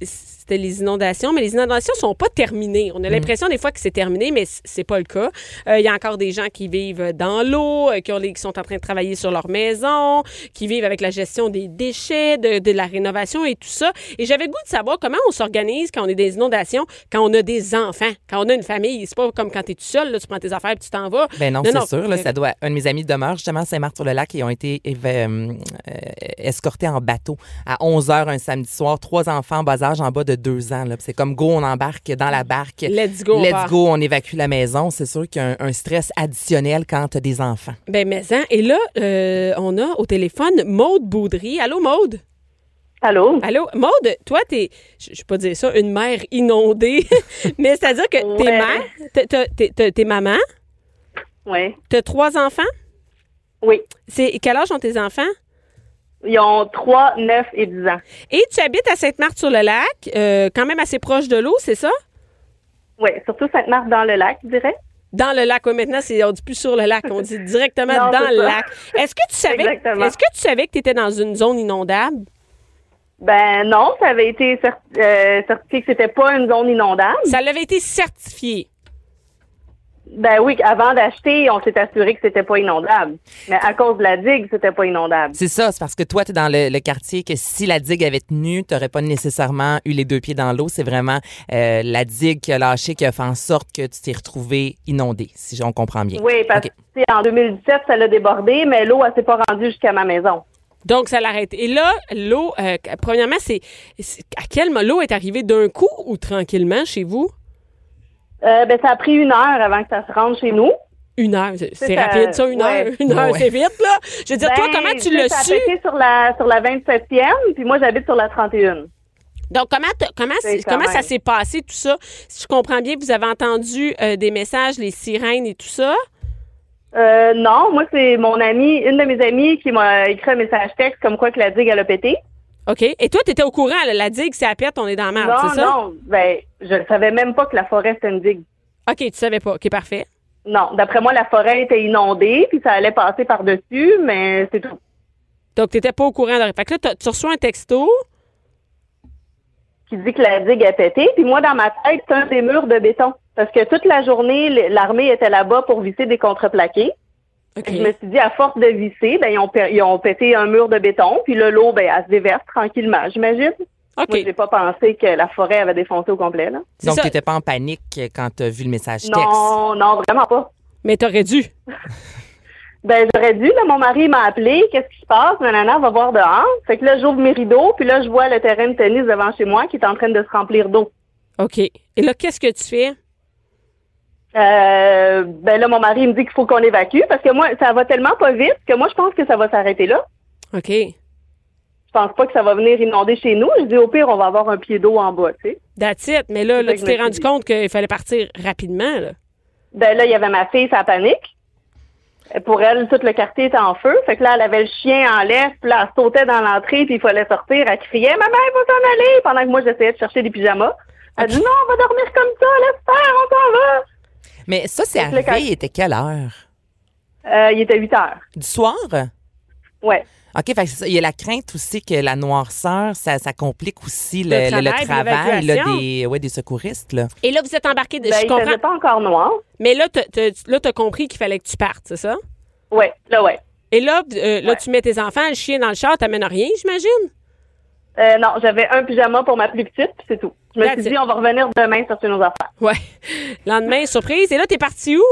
c'était les inondations, mais les inondations sont pas terminées. On a
Mm.
l'impression des fois que c'est terminé, mais c- c'est pas le cas. Euh, Il y a encore des gens qui vivent dans l'eau, euh, qui, ont les- qui sont en train de travailler sur leur maison, qui vivent avec la gestion des déchets, de, de la rénovation et tout ça. Et j'avais le goût de savoir comment on s'organise quand on est des inondations, quand on a des enfants, quand on a une famille. C'est pas comme quand t'es tout seul, là, tu prends tes affaires et tu t'en vas.
Ben non,
Non,
c'est
non.
sûr. Là, ça doit... Un de mes amis demeure justement à Saint-Martin-sur-le-Lac et ont été éve- euh, euh, escortés en bateau à 11 h un samedi soir. Trois enfants en bas âge, en bas de deux ans. là. Puis C'est comme go, on embarque dans la barque.
Let's go, on
Let's
part.
go, on évacue la maison. C'est sûr qu'il y a un, un stress additionnel quand tu as des enfants.
Ben, mais hein. Et là, euh, on a au téléphone Maude Boudry. Allô, Maude?
Allô?
Allô? Maude, toi, t'es, je je vais pas dire ça, une mère inondée, [laughs] mais c'est-à-dire que t'es
Ouais.
mère, t'es- t'es- t'es- t'es- t'es maman,
Oui.
t'as trois enfants?
Oui.
C'est, quel âge ont tes enfants?
Ils ont 3, 9 et 10 ans.
Et tu habites à Sainte-Marthe-sur-le-Lac, euh, quand même assez proche de l'eau, c'est ça?
Oui, surtout Sainte-Marthe dans le lac, je dirais.
Dans le lac, oui, maintenant, c'est, on dit plus sur le lac, on dit directement
Non,
dans
c'est
le
ça.
lac. Est-ce que tu savais,
Exactement.
est-ce que tu savais que tu étais dans une zone inondable?
Ben non, ça avait été cer- euh, certifié que c'était pas une zone inondable.
Ça l'avait été certifié.
Ben oui, avant d'acheter, on s'est assuré que c'était pas inondable. Mais à cause de la digue, c'était pas inondable.
C'est ça, c'est parce que toi, tu es dans le, le quartier que si la digue avait tenu, tu n'aurais pas nécessairement eu les deux pieds dans l'eau. C'est vraiment euh, la digue qui a lâché qui a fait en sorte que tu t'es retrouvé inondé, si on comprend bien.
Oui, parce
OK.
que tu sais, en 2017, ça l'a débordé, mais l'eau, elle s'est pas rendue jusqu'à ma maison.
Donc, ça l'arrête. Et là, l'eau, euh, premièrement, c'est c'est- à quel moment l'eau est arrivée d'un coup ou tranquillement chez vous?
Euh, ben ça a pris une heure avant que ça se rende chez nous.
Une heure. C'est- C'est
ça,
rapide, ça, une
ouais.
heure. Une heure,
Ouais.
c'est vite, là. Je veux dire, toi,
Ben,
comment tu
sais,
l'as
ça a
su?
pété sur la sur la 27e, puis moi j'habite sur la 31.
Donc, comment, t'as- comment,
C'est
c'est-
quand
comment ça
même.
s'est passé, tout ça? Si je comprends bien, vous avez entendu euh, des messages, les sirènes et tout ça.
Euh, non, moi, c'est mon amie, une de mes amies qui m'a écrit un message texte comme quoi que la digue, elle a pété.
OK. Et toi, tu étais au courant, là, la digue, c'est à pète, on est dans la merde,
non,
Ah, c'est ça?
non, ben, je ne savais même pas que la forêt, c'était une digue.
OK, tu savais pas. OK, parfait.
Non, d'après moi, la forêt était inondée, puis ça allait passer par-dessus, mais c'est tout.
Donc, tu n'étais pas au courant. De... Fait que là, t'as- tu reçois un texto.
qui dit que la digue a pété. Puis moi, dans ma tête, c'est un des murs de béton. Parce que toute la journée, l- l'armée était là-bas pour visser des contreplaqués.
OK.
Je me suis dit, à force de visser, ben, ils, ont, pe- ils ont pété un mur de béton. Puis là, l'eau, ben, elle se déverse tranquillement, j'imagine. Moi,
OK.
j'ai pas pensé que la forêt avait défoncé au complet. Là.
C'est
Donc,
ça.
tu n'étais pas en panique quand tu as vu le message texte.
Non, non, vraiment pas.
Mais t'aurais dû.
Ben, j'aurais dû, là, mon mari m'a appelé, qu'est-ce qui se passe? Nanana, va voir dehors. Fait que là, j'ouvre mes rideaux, puis là, je vois le terrain de tennis devant chez moi qui est en train de se remplir d'eau.
OK. Et là, qu'est-ce que tu fais?
Euh, ben là, mon mari me dit qu'il faut qu'on évacue parce que moi, ça va tellement pas vite que moi, je pense que ça va s'arrêter là.
OK.
Je pense pas que ça va venir inonder chez nous. Je dis au pire, on va avoir un pied d'eau en bas, tu sais.
That's it. Mais là, là
ça que
tu
je
t'es
me
rendu
suis dit.
compte qu'il fallait partir rapidement. Là.
Ben là, il y avait ma fille, ça panique. Euh, Pour elle, tout le quartier était en feu. Fait que là, elle avait le chien en l'air, puis là, elle sautait dans l'entrée, puis il fallait sortir. Elle criait, maman, il faut s'en aller, pendant que moi, j'essayais de chercher des pyjamas. Elle dit, non, on va dormir comme ça, laisse faire, on s'en va.
Mais ça, c'est
Explique-
arrivé, il était quelle heure?
Euh, il était 8 heures.
Du soir?
Ouais.
OK, fait que c'est ça. il y a la crainte aussi que la noirceur, ça, ça complique aussi
Le
le, le-
travail,
le travail là,
l'évacuation.
des, ouais, des secouristes. Là.
Et là, vous êtes embarqué. De...
Ben,
je
il faisait
comprends.
pas encore noir.
Mais là, t'as- t'as- là, tu as compris qu'il fallait que tu partes, c'est ça?
Ouais, là, ouais.
Et là, euh, là tu mets tes enfants, le chien dans le char, t'amènes rien, j'imagine?
Euh, non, j'avais un pyjama pour ma plus petite, puis c'est tout. Je me
That's
suis
it.
dit, on va revenir demain chercher nos affaires.
Ouais. [laughs] Lendemain, surprise. Et là, t'es parti où?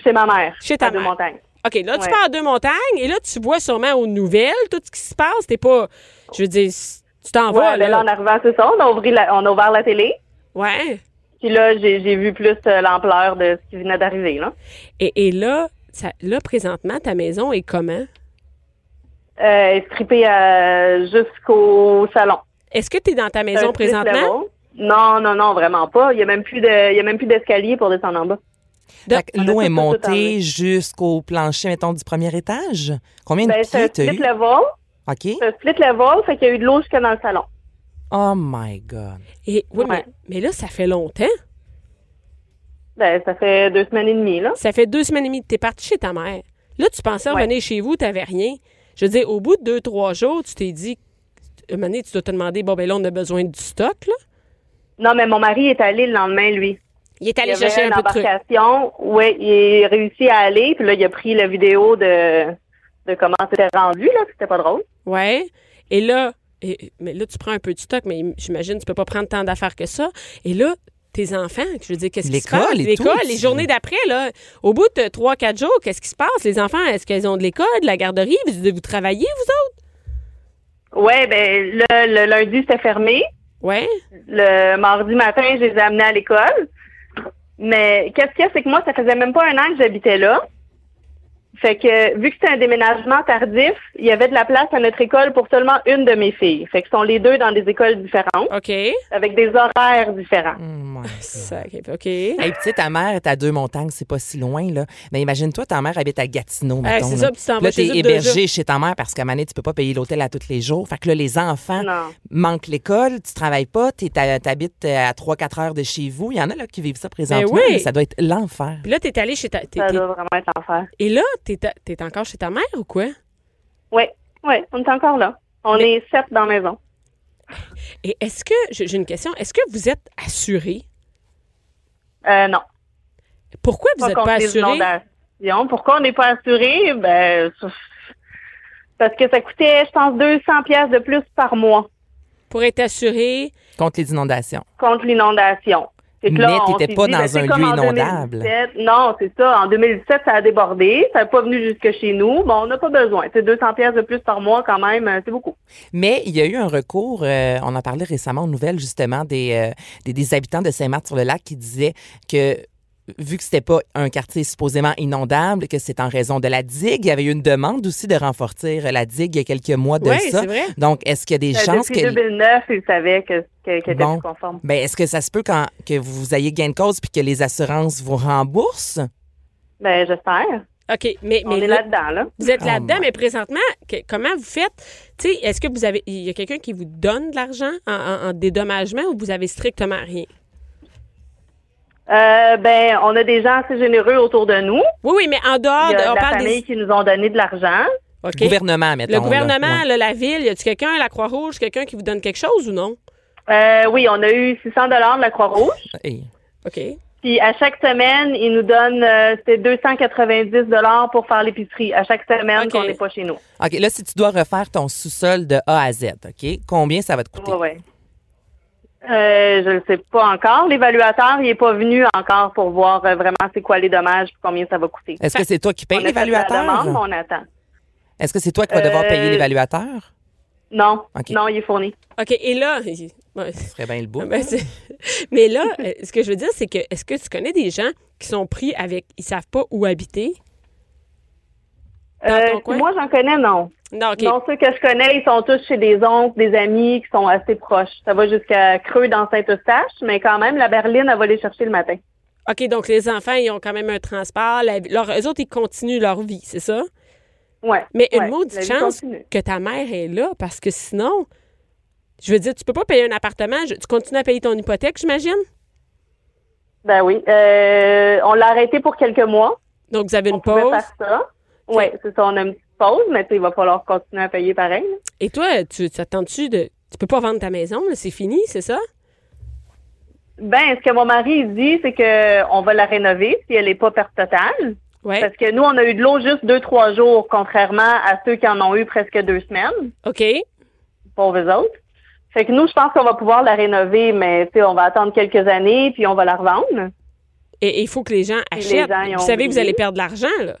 Chez ma mère.
Chez ta
à Deux
mère.
montagnes.
OK, là, tu
Ouais.
pars à deux montagnes et là, tu vois sûrement aux nouvelles tout ce qui se passe. T'es pas. Je veux dire, c- tu t'en
Ouais,
vas,
ben là,
là.
en arrivant, c'est ça. On a, ouvri la- on a ouvert la télé.
Ouais.
Puis là, j'ai j'ai vu plus euh, l'ampleur de ce qui venait d'arriver, là.
Et, et là, ça, là, présentement, ta maison est comment?
Euh, strippé euh, jusqu'au salon.
Est-ce que tu es dans ta maison
Un split
présentement?
level. Non, non, non, vraiment pas. Il y a même plus de, il y a même plus d'escalier pour descendre en bas.
Fait que
on a
l'eau
tout,
est
tout, tout
montée
enlevé.
jusqu'au plancher, mettons, du premier étage. Combien
Ben,
de
c'est un
pieds t'as
split
eu?
level.
OK.
C'est un split level, fait qu'il y a eu de l'eau jusque dans le salon.
Oh my God.
Et, oui,
Ouais.
mais, mais là, ça fait longtemps.
Ben, ça fait deux semaines et demie, là.
Ça fait deux semaines et demie que tu es parti chez ta mère. Là, tu pensais
Ouais.
revenir chez vous, tu n'avais rien. Je veux dire, au bout de deux, trois jours, tu t'es dit, une année, tu dois te demander, bon, ben là, on a besoin du stock, là.
Non, mais mon mari est allé le lendemain, lui.
Il est allé
Il y
chercher
avait
un peu
une
de trucs.
embarcation. Oui, il a réussi à aller. Puis là, il a pris la vidéo de, de comment c'était rendu, là. puis C'était pas drôle.
Ouais. Et là, et- mais là, tu prends un peu de stock, mais j'imagine que tu peux pas prendre tant d'affaires que ça. Et là, tes enfants, je veux dire, qu'est-ce qui se
L'école
passe?
et
L'école,
tout,
les
tu-
journées d'après, là, au bout de trois, quatre jours, qu'est-ce qui se passe? Les enfants, est-ce qu'ils ont de l'école, de la garderie? Vous, vous travaillez, vous autres?
Ouais, ben, le, le lundi, c'était fermé.
Ouais.
Le mardi matin, je les ai amenés à l'école. Mais qu'est-ce qu'il y a, c'est que moi, ça faisait même pas un an que j'habitais là. Fait que, vu que c'était un déménagement tardif, il y avait de la place à notre école pour seulement une de mes filles. Fait que sont les deux dans des écoles différentes,
OK.
avec des horaires différents.
Oh my God.
Ça, OK. OK.
Hey, puis tu sais, ta mère est à deux montagnes, c'est pas si loin, là. Mais imagine-toi, ta mère habite à Gatineau, mettons.
c'est
là.
ça, puis tu t'en
Là,
vas chez
t'es
eux de
hébergé chez ta mère parce qu'à Mané, tu peux pas payer l'hôtel à tous les jours. Fait que là, les
Ah.
enfants
Non.
manquent l'école, tu travailles pas, t'es- t'as- t'habites euh, à 3-4 heures de chez vous. Il y en a là qui vivent ça présentement.
Ben oui.
là. Ça doit être l'enfer.
Puis là, t'es allé chez ta. t'es-
Ça
t'es-
doit vraiment être l'enfer.
et là, t'es, ta- t'es encore chez ta mère ou quoi?
Oui, oui, on est encore là. On est sept dans la maison.
Et est-ce que. J'ai j'ai une question. Est-ce que vous êtes assuré?
Euh, non.
Pourquoi vous n'êtes
contre
pas
les
assuré?
inondations. Pourquoi on n'est pas assuré? Ben, ça- parce que ça coûtait, je pense, 200 pièces de plus par mois
Pour être assuré,
Contre les inondations.
contre l'inondation. C'est que là,
Mais
on
t'étais
s'est
pas
dit,
dans
ben, c'est
un
comme
lieu
en
inondable.
2017. Non, c'est ça. En 2017, ça a débordé. Ça n'est pas venu jusque chez nous. Bon, on n'a pas besoin. C'est 200 pièces de plus par mois quand même. euh, C'est beaucoup.
Mais il y a eu un recours, euh, on en parlait récemment aux nouvelles, justement, des, euh, des, des habitants de Saint-Marthe-sur-le-Lac qui disaient que vu que c'était pas un quartier supposément inondable, que c'est en raison de la digue, il y avait eu une demande aussi de renforcer la digue il y a quelques mois de
Oui,
ça.
c'est vrai.
Donc, est-ce qu'il y a des
Euh,
chances
Depuis
que...
2009, ils savaient que, que, qu'elle était
Bon.
plus conforme.
Ben, est-ce que ça se peut quand, que vous ayez gain de cause puis que les assurances vous remboursent?
Ben, j'espère.
OK, mais,
On
mais
est
là-
là-dedans, là.
vous êtes
Oh
là-dedans,
my-
mais présentement, que- comment vous faites? Tu sais, est-ce que vous avez. Il y a quelqu'un qui vous donne de l'argent en, en- en dédommagement ou vous avez strictement rien?
Euh, ben, on a des gens assez généreux autour de nous.
Oui, oui, mais en dehors,
Il y
Ah, de-
a
on
de la
parle
famille
des.
qui nous ont donné de l'argent.
OK.
Gouvernement, mettons.
Le gouvernement, là,
là.
la ville, y a-tu quelqu'un, la Croix-Rouge, quelqu'un qui vous donne quelque chose ou non?
Euh, oui, on a eu 600 dollars de la Croix-Rouge.
Ouais. Hey.
OK.
Puis à chaque semaine, ils nous donnent euh, c'était 290 dollars pour faire l'épicerie à chaque semaine
Ok.
qu'on n'est pas chez nous.
OK, là, si tu dois refaire ton sous-sol de A à Z, OK, combien ça va te coûter?
Ouais, ouais. Euh, je ne sais pas encore. L'évaluateur, il est pas venu encore pour voir euh, vraiment c'est quoi les dommages, puis combien ça va coûter.
Est-ce que c'est toi qui
On a
Ben,
paye
fait la demande,
l'évaluateur?
mais on attend.
Est-ce que c'est toi qui vas devoir
Euh,
payer l'évaluateur?
Non,
Ok.
non, il est fourni.
OK. Et là. [laughs] il- ouais,
Ce serait bien le bout.
ben, c'est- [laughs] mais là, euh, ce que je veux dire, c'est que est-ce que tu connais des gens qui sont pris avec. Ils savent pas où habiter? Dans
Euh,
ton coin?
moi, j'en connais, non.
Non, OK.
Non, ceux que je connais, ils sont tous chez des oncles, des amis qui sont assez proches. Ça va jusqu'à Creux dans Saint-Eustache, mais quand même, la berline, elle va les chercher le matin.
OK, donc les enfants, ils ont quand même un transport. La, leur, eux autres, ils continuent leur vie, c'est ça?
Ouais.
Mais
ouais,
une maudite
la vie
chance
continue.
que ta mère est là, parce que sinon, je veux dire, tu peux pas payer un appartement, je- tu continues à payer ton hypothèque, j'imagine?
Ben oui. Euh, on l'a arrêté pour quelques mois.
Donc, vous avez une
On pouvait
pause.
faire ça. Ouais, c'est ça. On a une petite pause, mais tu sais, il va falloir continuer à payer pareil. là.
Et toi, tu tu attends-tu de. Tu peux pas vendre ta maison, là, c'est fini, c'est ça?
Ben, ce que mon mari il dit, c'est que on va la rénover si elle n'est pas perte totale.
Oui.
Parce que nous, on a eu de l'eau juste deux, trois jours, contrairement à ceux qui en ont eu presque deux semaines,
OK.
pauvres autres. Fait que nous, je pense qu'on va pouvoir la rénover, mais tu sais, on va attendre quelques années, puis on va la revendre.
Et il faut que les gens
les
achètent.
gens, ils
vous
ont
savez que vous
oublié.
allez perdre de l'argent, là.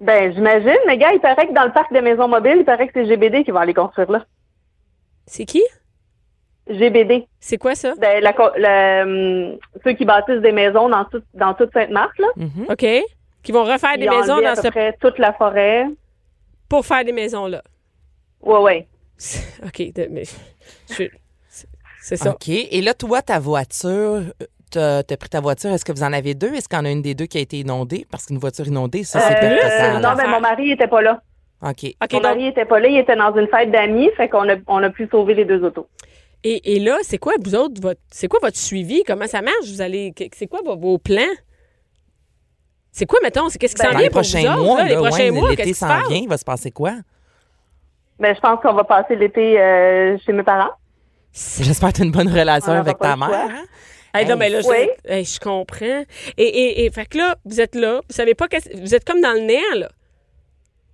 Ben, j'imagine, mais gars, il paraît que dans le parc des maisons mobiles, il paraît que c'est GBD qui va aller construire là.
C'est qui?
GBD.
C'est quoi ça?
Ben, la co- la, hum, ceux qui bâtissent des maisons dans, tout- dans toute Sainte-Marthe, là.
Mhm.
OK. Qui vont refaire Ah, des
Ils ont
maisons
enlevé à
dans
peu
ce...
près toute la forêt.
pour faire des maisons, là. [laughs]
Ouais, ouais.
OK. de- mais je- c'est- C'est ça.
OK. Et là, toi, ta voiture, t'as as pris ta voiture, est-ce que vous en avez deux? Est-ce qu'il y en a une des deux qui a été inondée? Parce qu'une voiture inondée, ça, c'est
Euh,
perte
euh,
totale.
non, mais mon mari, il était pas là.
OK.
OK,
mon
donc,
mari, il était pas là. Il était dans une fête d'amis. Fait qu'on a, on a pu sauver les deux autos.
et, et là, c'est quoi, vous autres, votre, c'est quoi votre suivi? Comment ça marche? Vous allez, que- c'est quoi vos, vos plans? C'est quoi, mettons, c'est qu'est-ce qui
Ben,
s'en
Dans
vient
les
pour vous
prochains
autres,
mois,
là, les
là,
prochains
ouais,
mois, qu'est-ce
l'été
qui se
s'en
passe?
vient, il va se passer quoi?
Ben, je pense qu'on va passer l'été euh, chez mes parents.
J'espère que tu as une bonne relation
On n'aura
avec ta
pas le
mère.
choix.
hein?
Hey, non, mais là, je,
Oui.
hey, je comprends. Et, et, et, fait que là, vous êtes là, vous savez pas qu'est-ce- vous êtes comme dans le néant, là.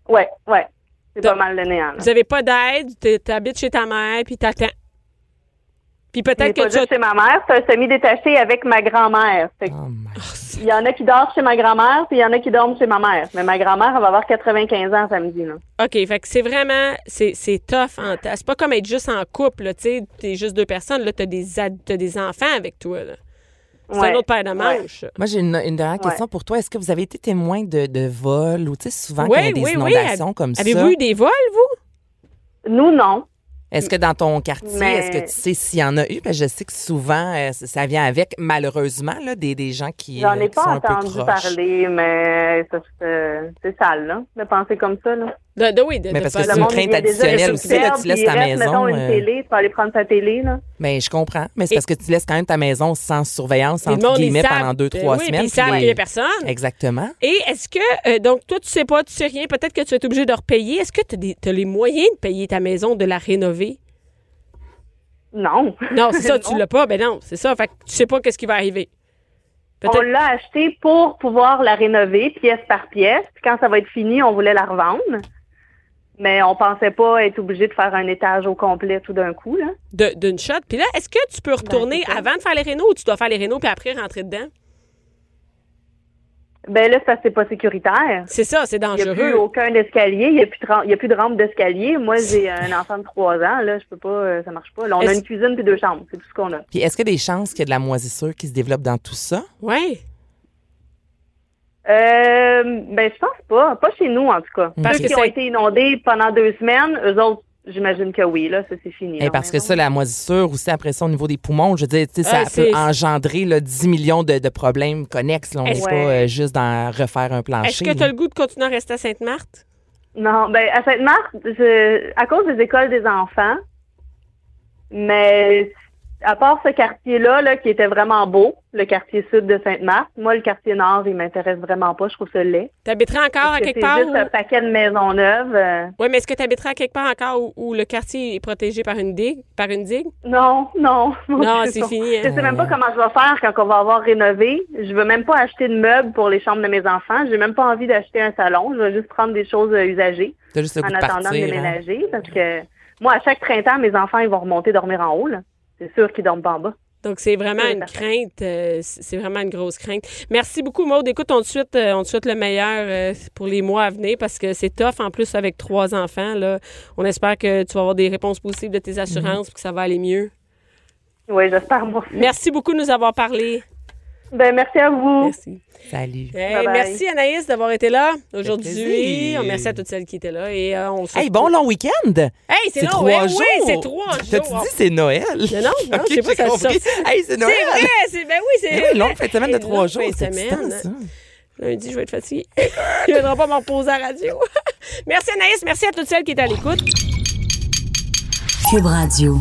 Ouais, ouais. C'est
Donc-
pas mal le néant. là.
Vous avez pas d'aide, t'es- t'habites chez ta mère, puis t'attends. Puis
Mais
peut-être
pas
que tu as...
juste chez ma mère, c'est un semi-détaché avec ma grand-mère. Fait que
Oh my
Il y en a qui dorment chez ma grand-mère, puis il y en a qui dorment chez ma mère. Mais ma grand-mère, elle va avoir 95 ans samedi. Là.
OK, fait que c'est vraiment, c'est c'est tough. en ta- C'est pas comme être juste en couple, là, tu sais, t'es juste deux personnes, là, t'as des, ad- t'as des enfants avec toi, là. C'est un
Ouais,
autre paire de manches.
Moi, j'ai une, une dernière question pour toi. Est-ce que vous avez été témoin de, de vols ou, tu sais, souvent
Oui,
quand il y a des
oui, oui.
inondations comme ça?
Avez-vous eu des vols, vous?
Nous, non.
Est-ce que dans ton quartier,
Mais-
est-ce que tu sais s'il y en a eu? Parce que je sais que souvent, euh, ça- ça vient avec, malheureusement, là, des, des gens qui,
J'en ai
euh, qui sont
pas
un peu
entendu
croches.
parler, mais ça, c'est c'est sale, là, de penser comme ça. Là.
De, de- oui, de,
Mais
de
parce que
pas-
c'est
de-
une
monde,
crainte
il y a déjà
additionnelle
des
aussi, là,
superbes,
tu laisses
puis
ta
il reste,
maison,
mettons,
euh,
une télé, tu vas aller prendre sa télé, là.
Mais Ben, je comprends. Mais c'est
Et-
parce que tu laisses quand même ta maison sans surveillance,
Puis le
entre
monde, ils
guillemets,
savent-
pendant deux,
Ben
trois
oui,
semaines.
puis ils savent
puis-
qu'il y a personne.
Exactement.
Et est-ce que, euh, donc, toi, tu sais pas, tu sais rien, peut-être que tu es obligé de repayer. Est-ce que tu as, les moyens de payer ta maison, de la rénover?
Non.
Non,
[laughs]
c'est ça, tu l'as pas. Ben non, c'est ça. Fait que tu sais pas qu'est-ce qui va arriver.
On
Peut-être.
l'a acheté pour pouvoir la rénover pièce par pièce. Puis quand ça va être fini, on voulait la revendre. Mais on pensait pas être obligé de faire un étage au complet tout d'un coup, là.
de- d'une shot. Puis là, est-ce que tu peux retourner avant de faire les rénaux ou tu dois faire les rénaux puis après rentrer dedans?
Ben là, c'est parce que c'est pas sécuritaire.
C'est ça, c'est
Il n'y a plus
dangereux.
aucun escalier, il n'y a, plus de ram- il y a plus de rampe d'escalier.
[laughs]
Moi, j'ai un enfant de 3 ans, là, je peux pas, euh, ça marche pas. Là, on a
Est-ce-
une cuisine puis deux chambres, c'est tout ce qu'on a.
Puis est-ce qu'il y a des chances qu'il y ait de la moisissure qui se développe dans tout ça?
Oui.
Euh, ben, je pense pas, pas chez nous en tout cas.
Parce
Ceux
que
qui ont
c'est-
été inondés pendant deux semaines, eux autres, J'imagine que oui, là, ça c'est fini.
Eh,
là,
parce que
mais
ça,
non.
la moisissure, aussi après ça, au niveau des poumons, je veux dire, tu sais, ça
Ah,
peut
c'est-
engendrer là, 10 millions de, de problèmes connexes. là. on n'est
Est-ce-
pas euh, juste dans refaire un plancher.
Est-ce que tu as
là.
le goût de continuer à rester à Sainte-Marthe?
Non, ben à Sainte-Marthe, je- à cause des écoles des enfants, mais à part ce quartier-là, là, qui était vraiment beau, le quartier sud de Sainte-Marthe, moi, le quartier nord, il m'intéresse vraiment pas, je trouve ça laid.
T'habiterais encore
Parce
à
que
quelque
c'est
part?
juste un paquet de maisons neuves. euh,
Oui, mais est-ce que tu habiterais à quelque part encore où, où le quartier est protégé par une digue? Par une digue?
Non, non. [laughs]
Non, c'est fini. hein.
Je sais même pas comment je vais faire quand on va avoir rénové. Je veux même pas acheter de meubles pour les chambres de mes enfants. J'ai même pas envie d'acheter un salon. Je vais juste prendre des choses euh, usagées
T'as juste le
en
goût de
attendant
partir.
de
hein.
déménager parce que moi, à chaque printemps, mes enfants, ils vont remonter dormir en haut. là. C'est sûr qu'ils dorment pas en bas.
Donc, c'est vraiment
Oui,
une
parfait.
crainte. euh, c'est c'est vraiment une grosse crainte. Merci beaucoup, Maude. Écoute, on te souhaite, euh, on te souhaite le meilleur euh, pour les mois à venir parce que c'est tough. En plus, avec trois enfants, là, on espère que tu vas avoir des réponses possibles de tes assurances pour que ça va aller mieux.
Oui, j'espère, moi. aussi.
Merci beaucoup de nous avoir parlé.
Ben, merci à vous.
Merci.
hein. Salut.
Hey,
Bye bye.
Merci, Anaïs, d'avoir été là aujourd'hui.
plaisir.
On merci à toutes celles qui étaient là. Et euh, on se...
Hey, bon long week-end!
Hey, c'est
C'est
long,
trois
hein?
jours!
Oui, c'est trois
T'as-tu
jours.
dit c'est Noël?
Non, non, non,
[laughs] Ok,
je sais pas
j'ai
si ça
compris.
sorti.
Hey, c'est
C'est
Noël!
vrai, c'est ben oui, c'est
Eh oui, longue fin de semaine de
Une
trois
longue
jours,
fin de
c'est excitant,
semaine.
ça.
Lundi, je vais être fatiguée. [laughs] je ne viendrai pas me reposer à la radio. [laughs] merci Anaïs, merci à toutes celles qui étaient à l'écoute.
Cube Radio.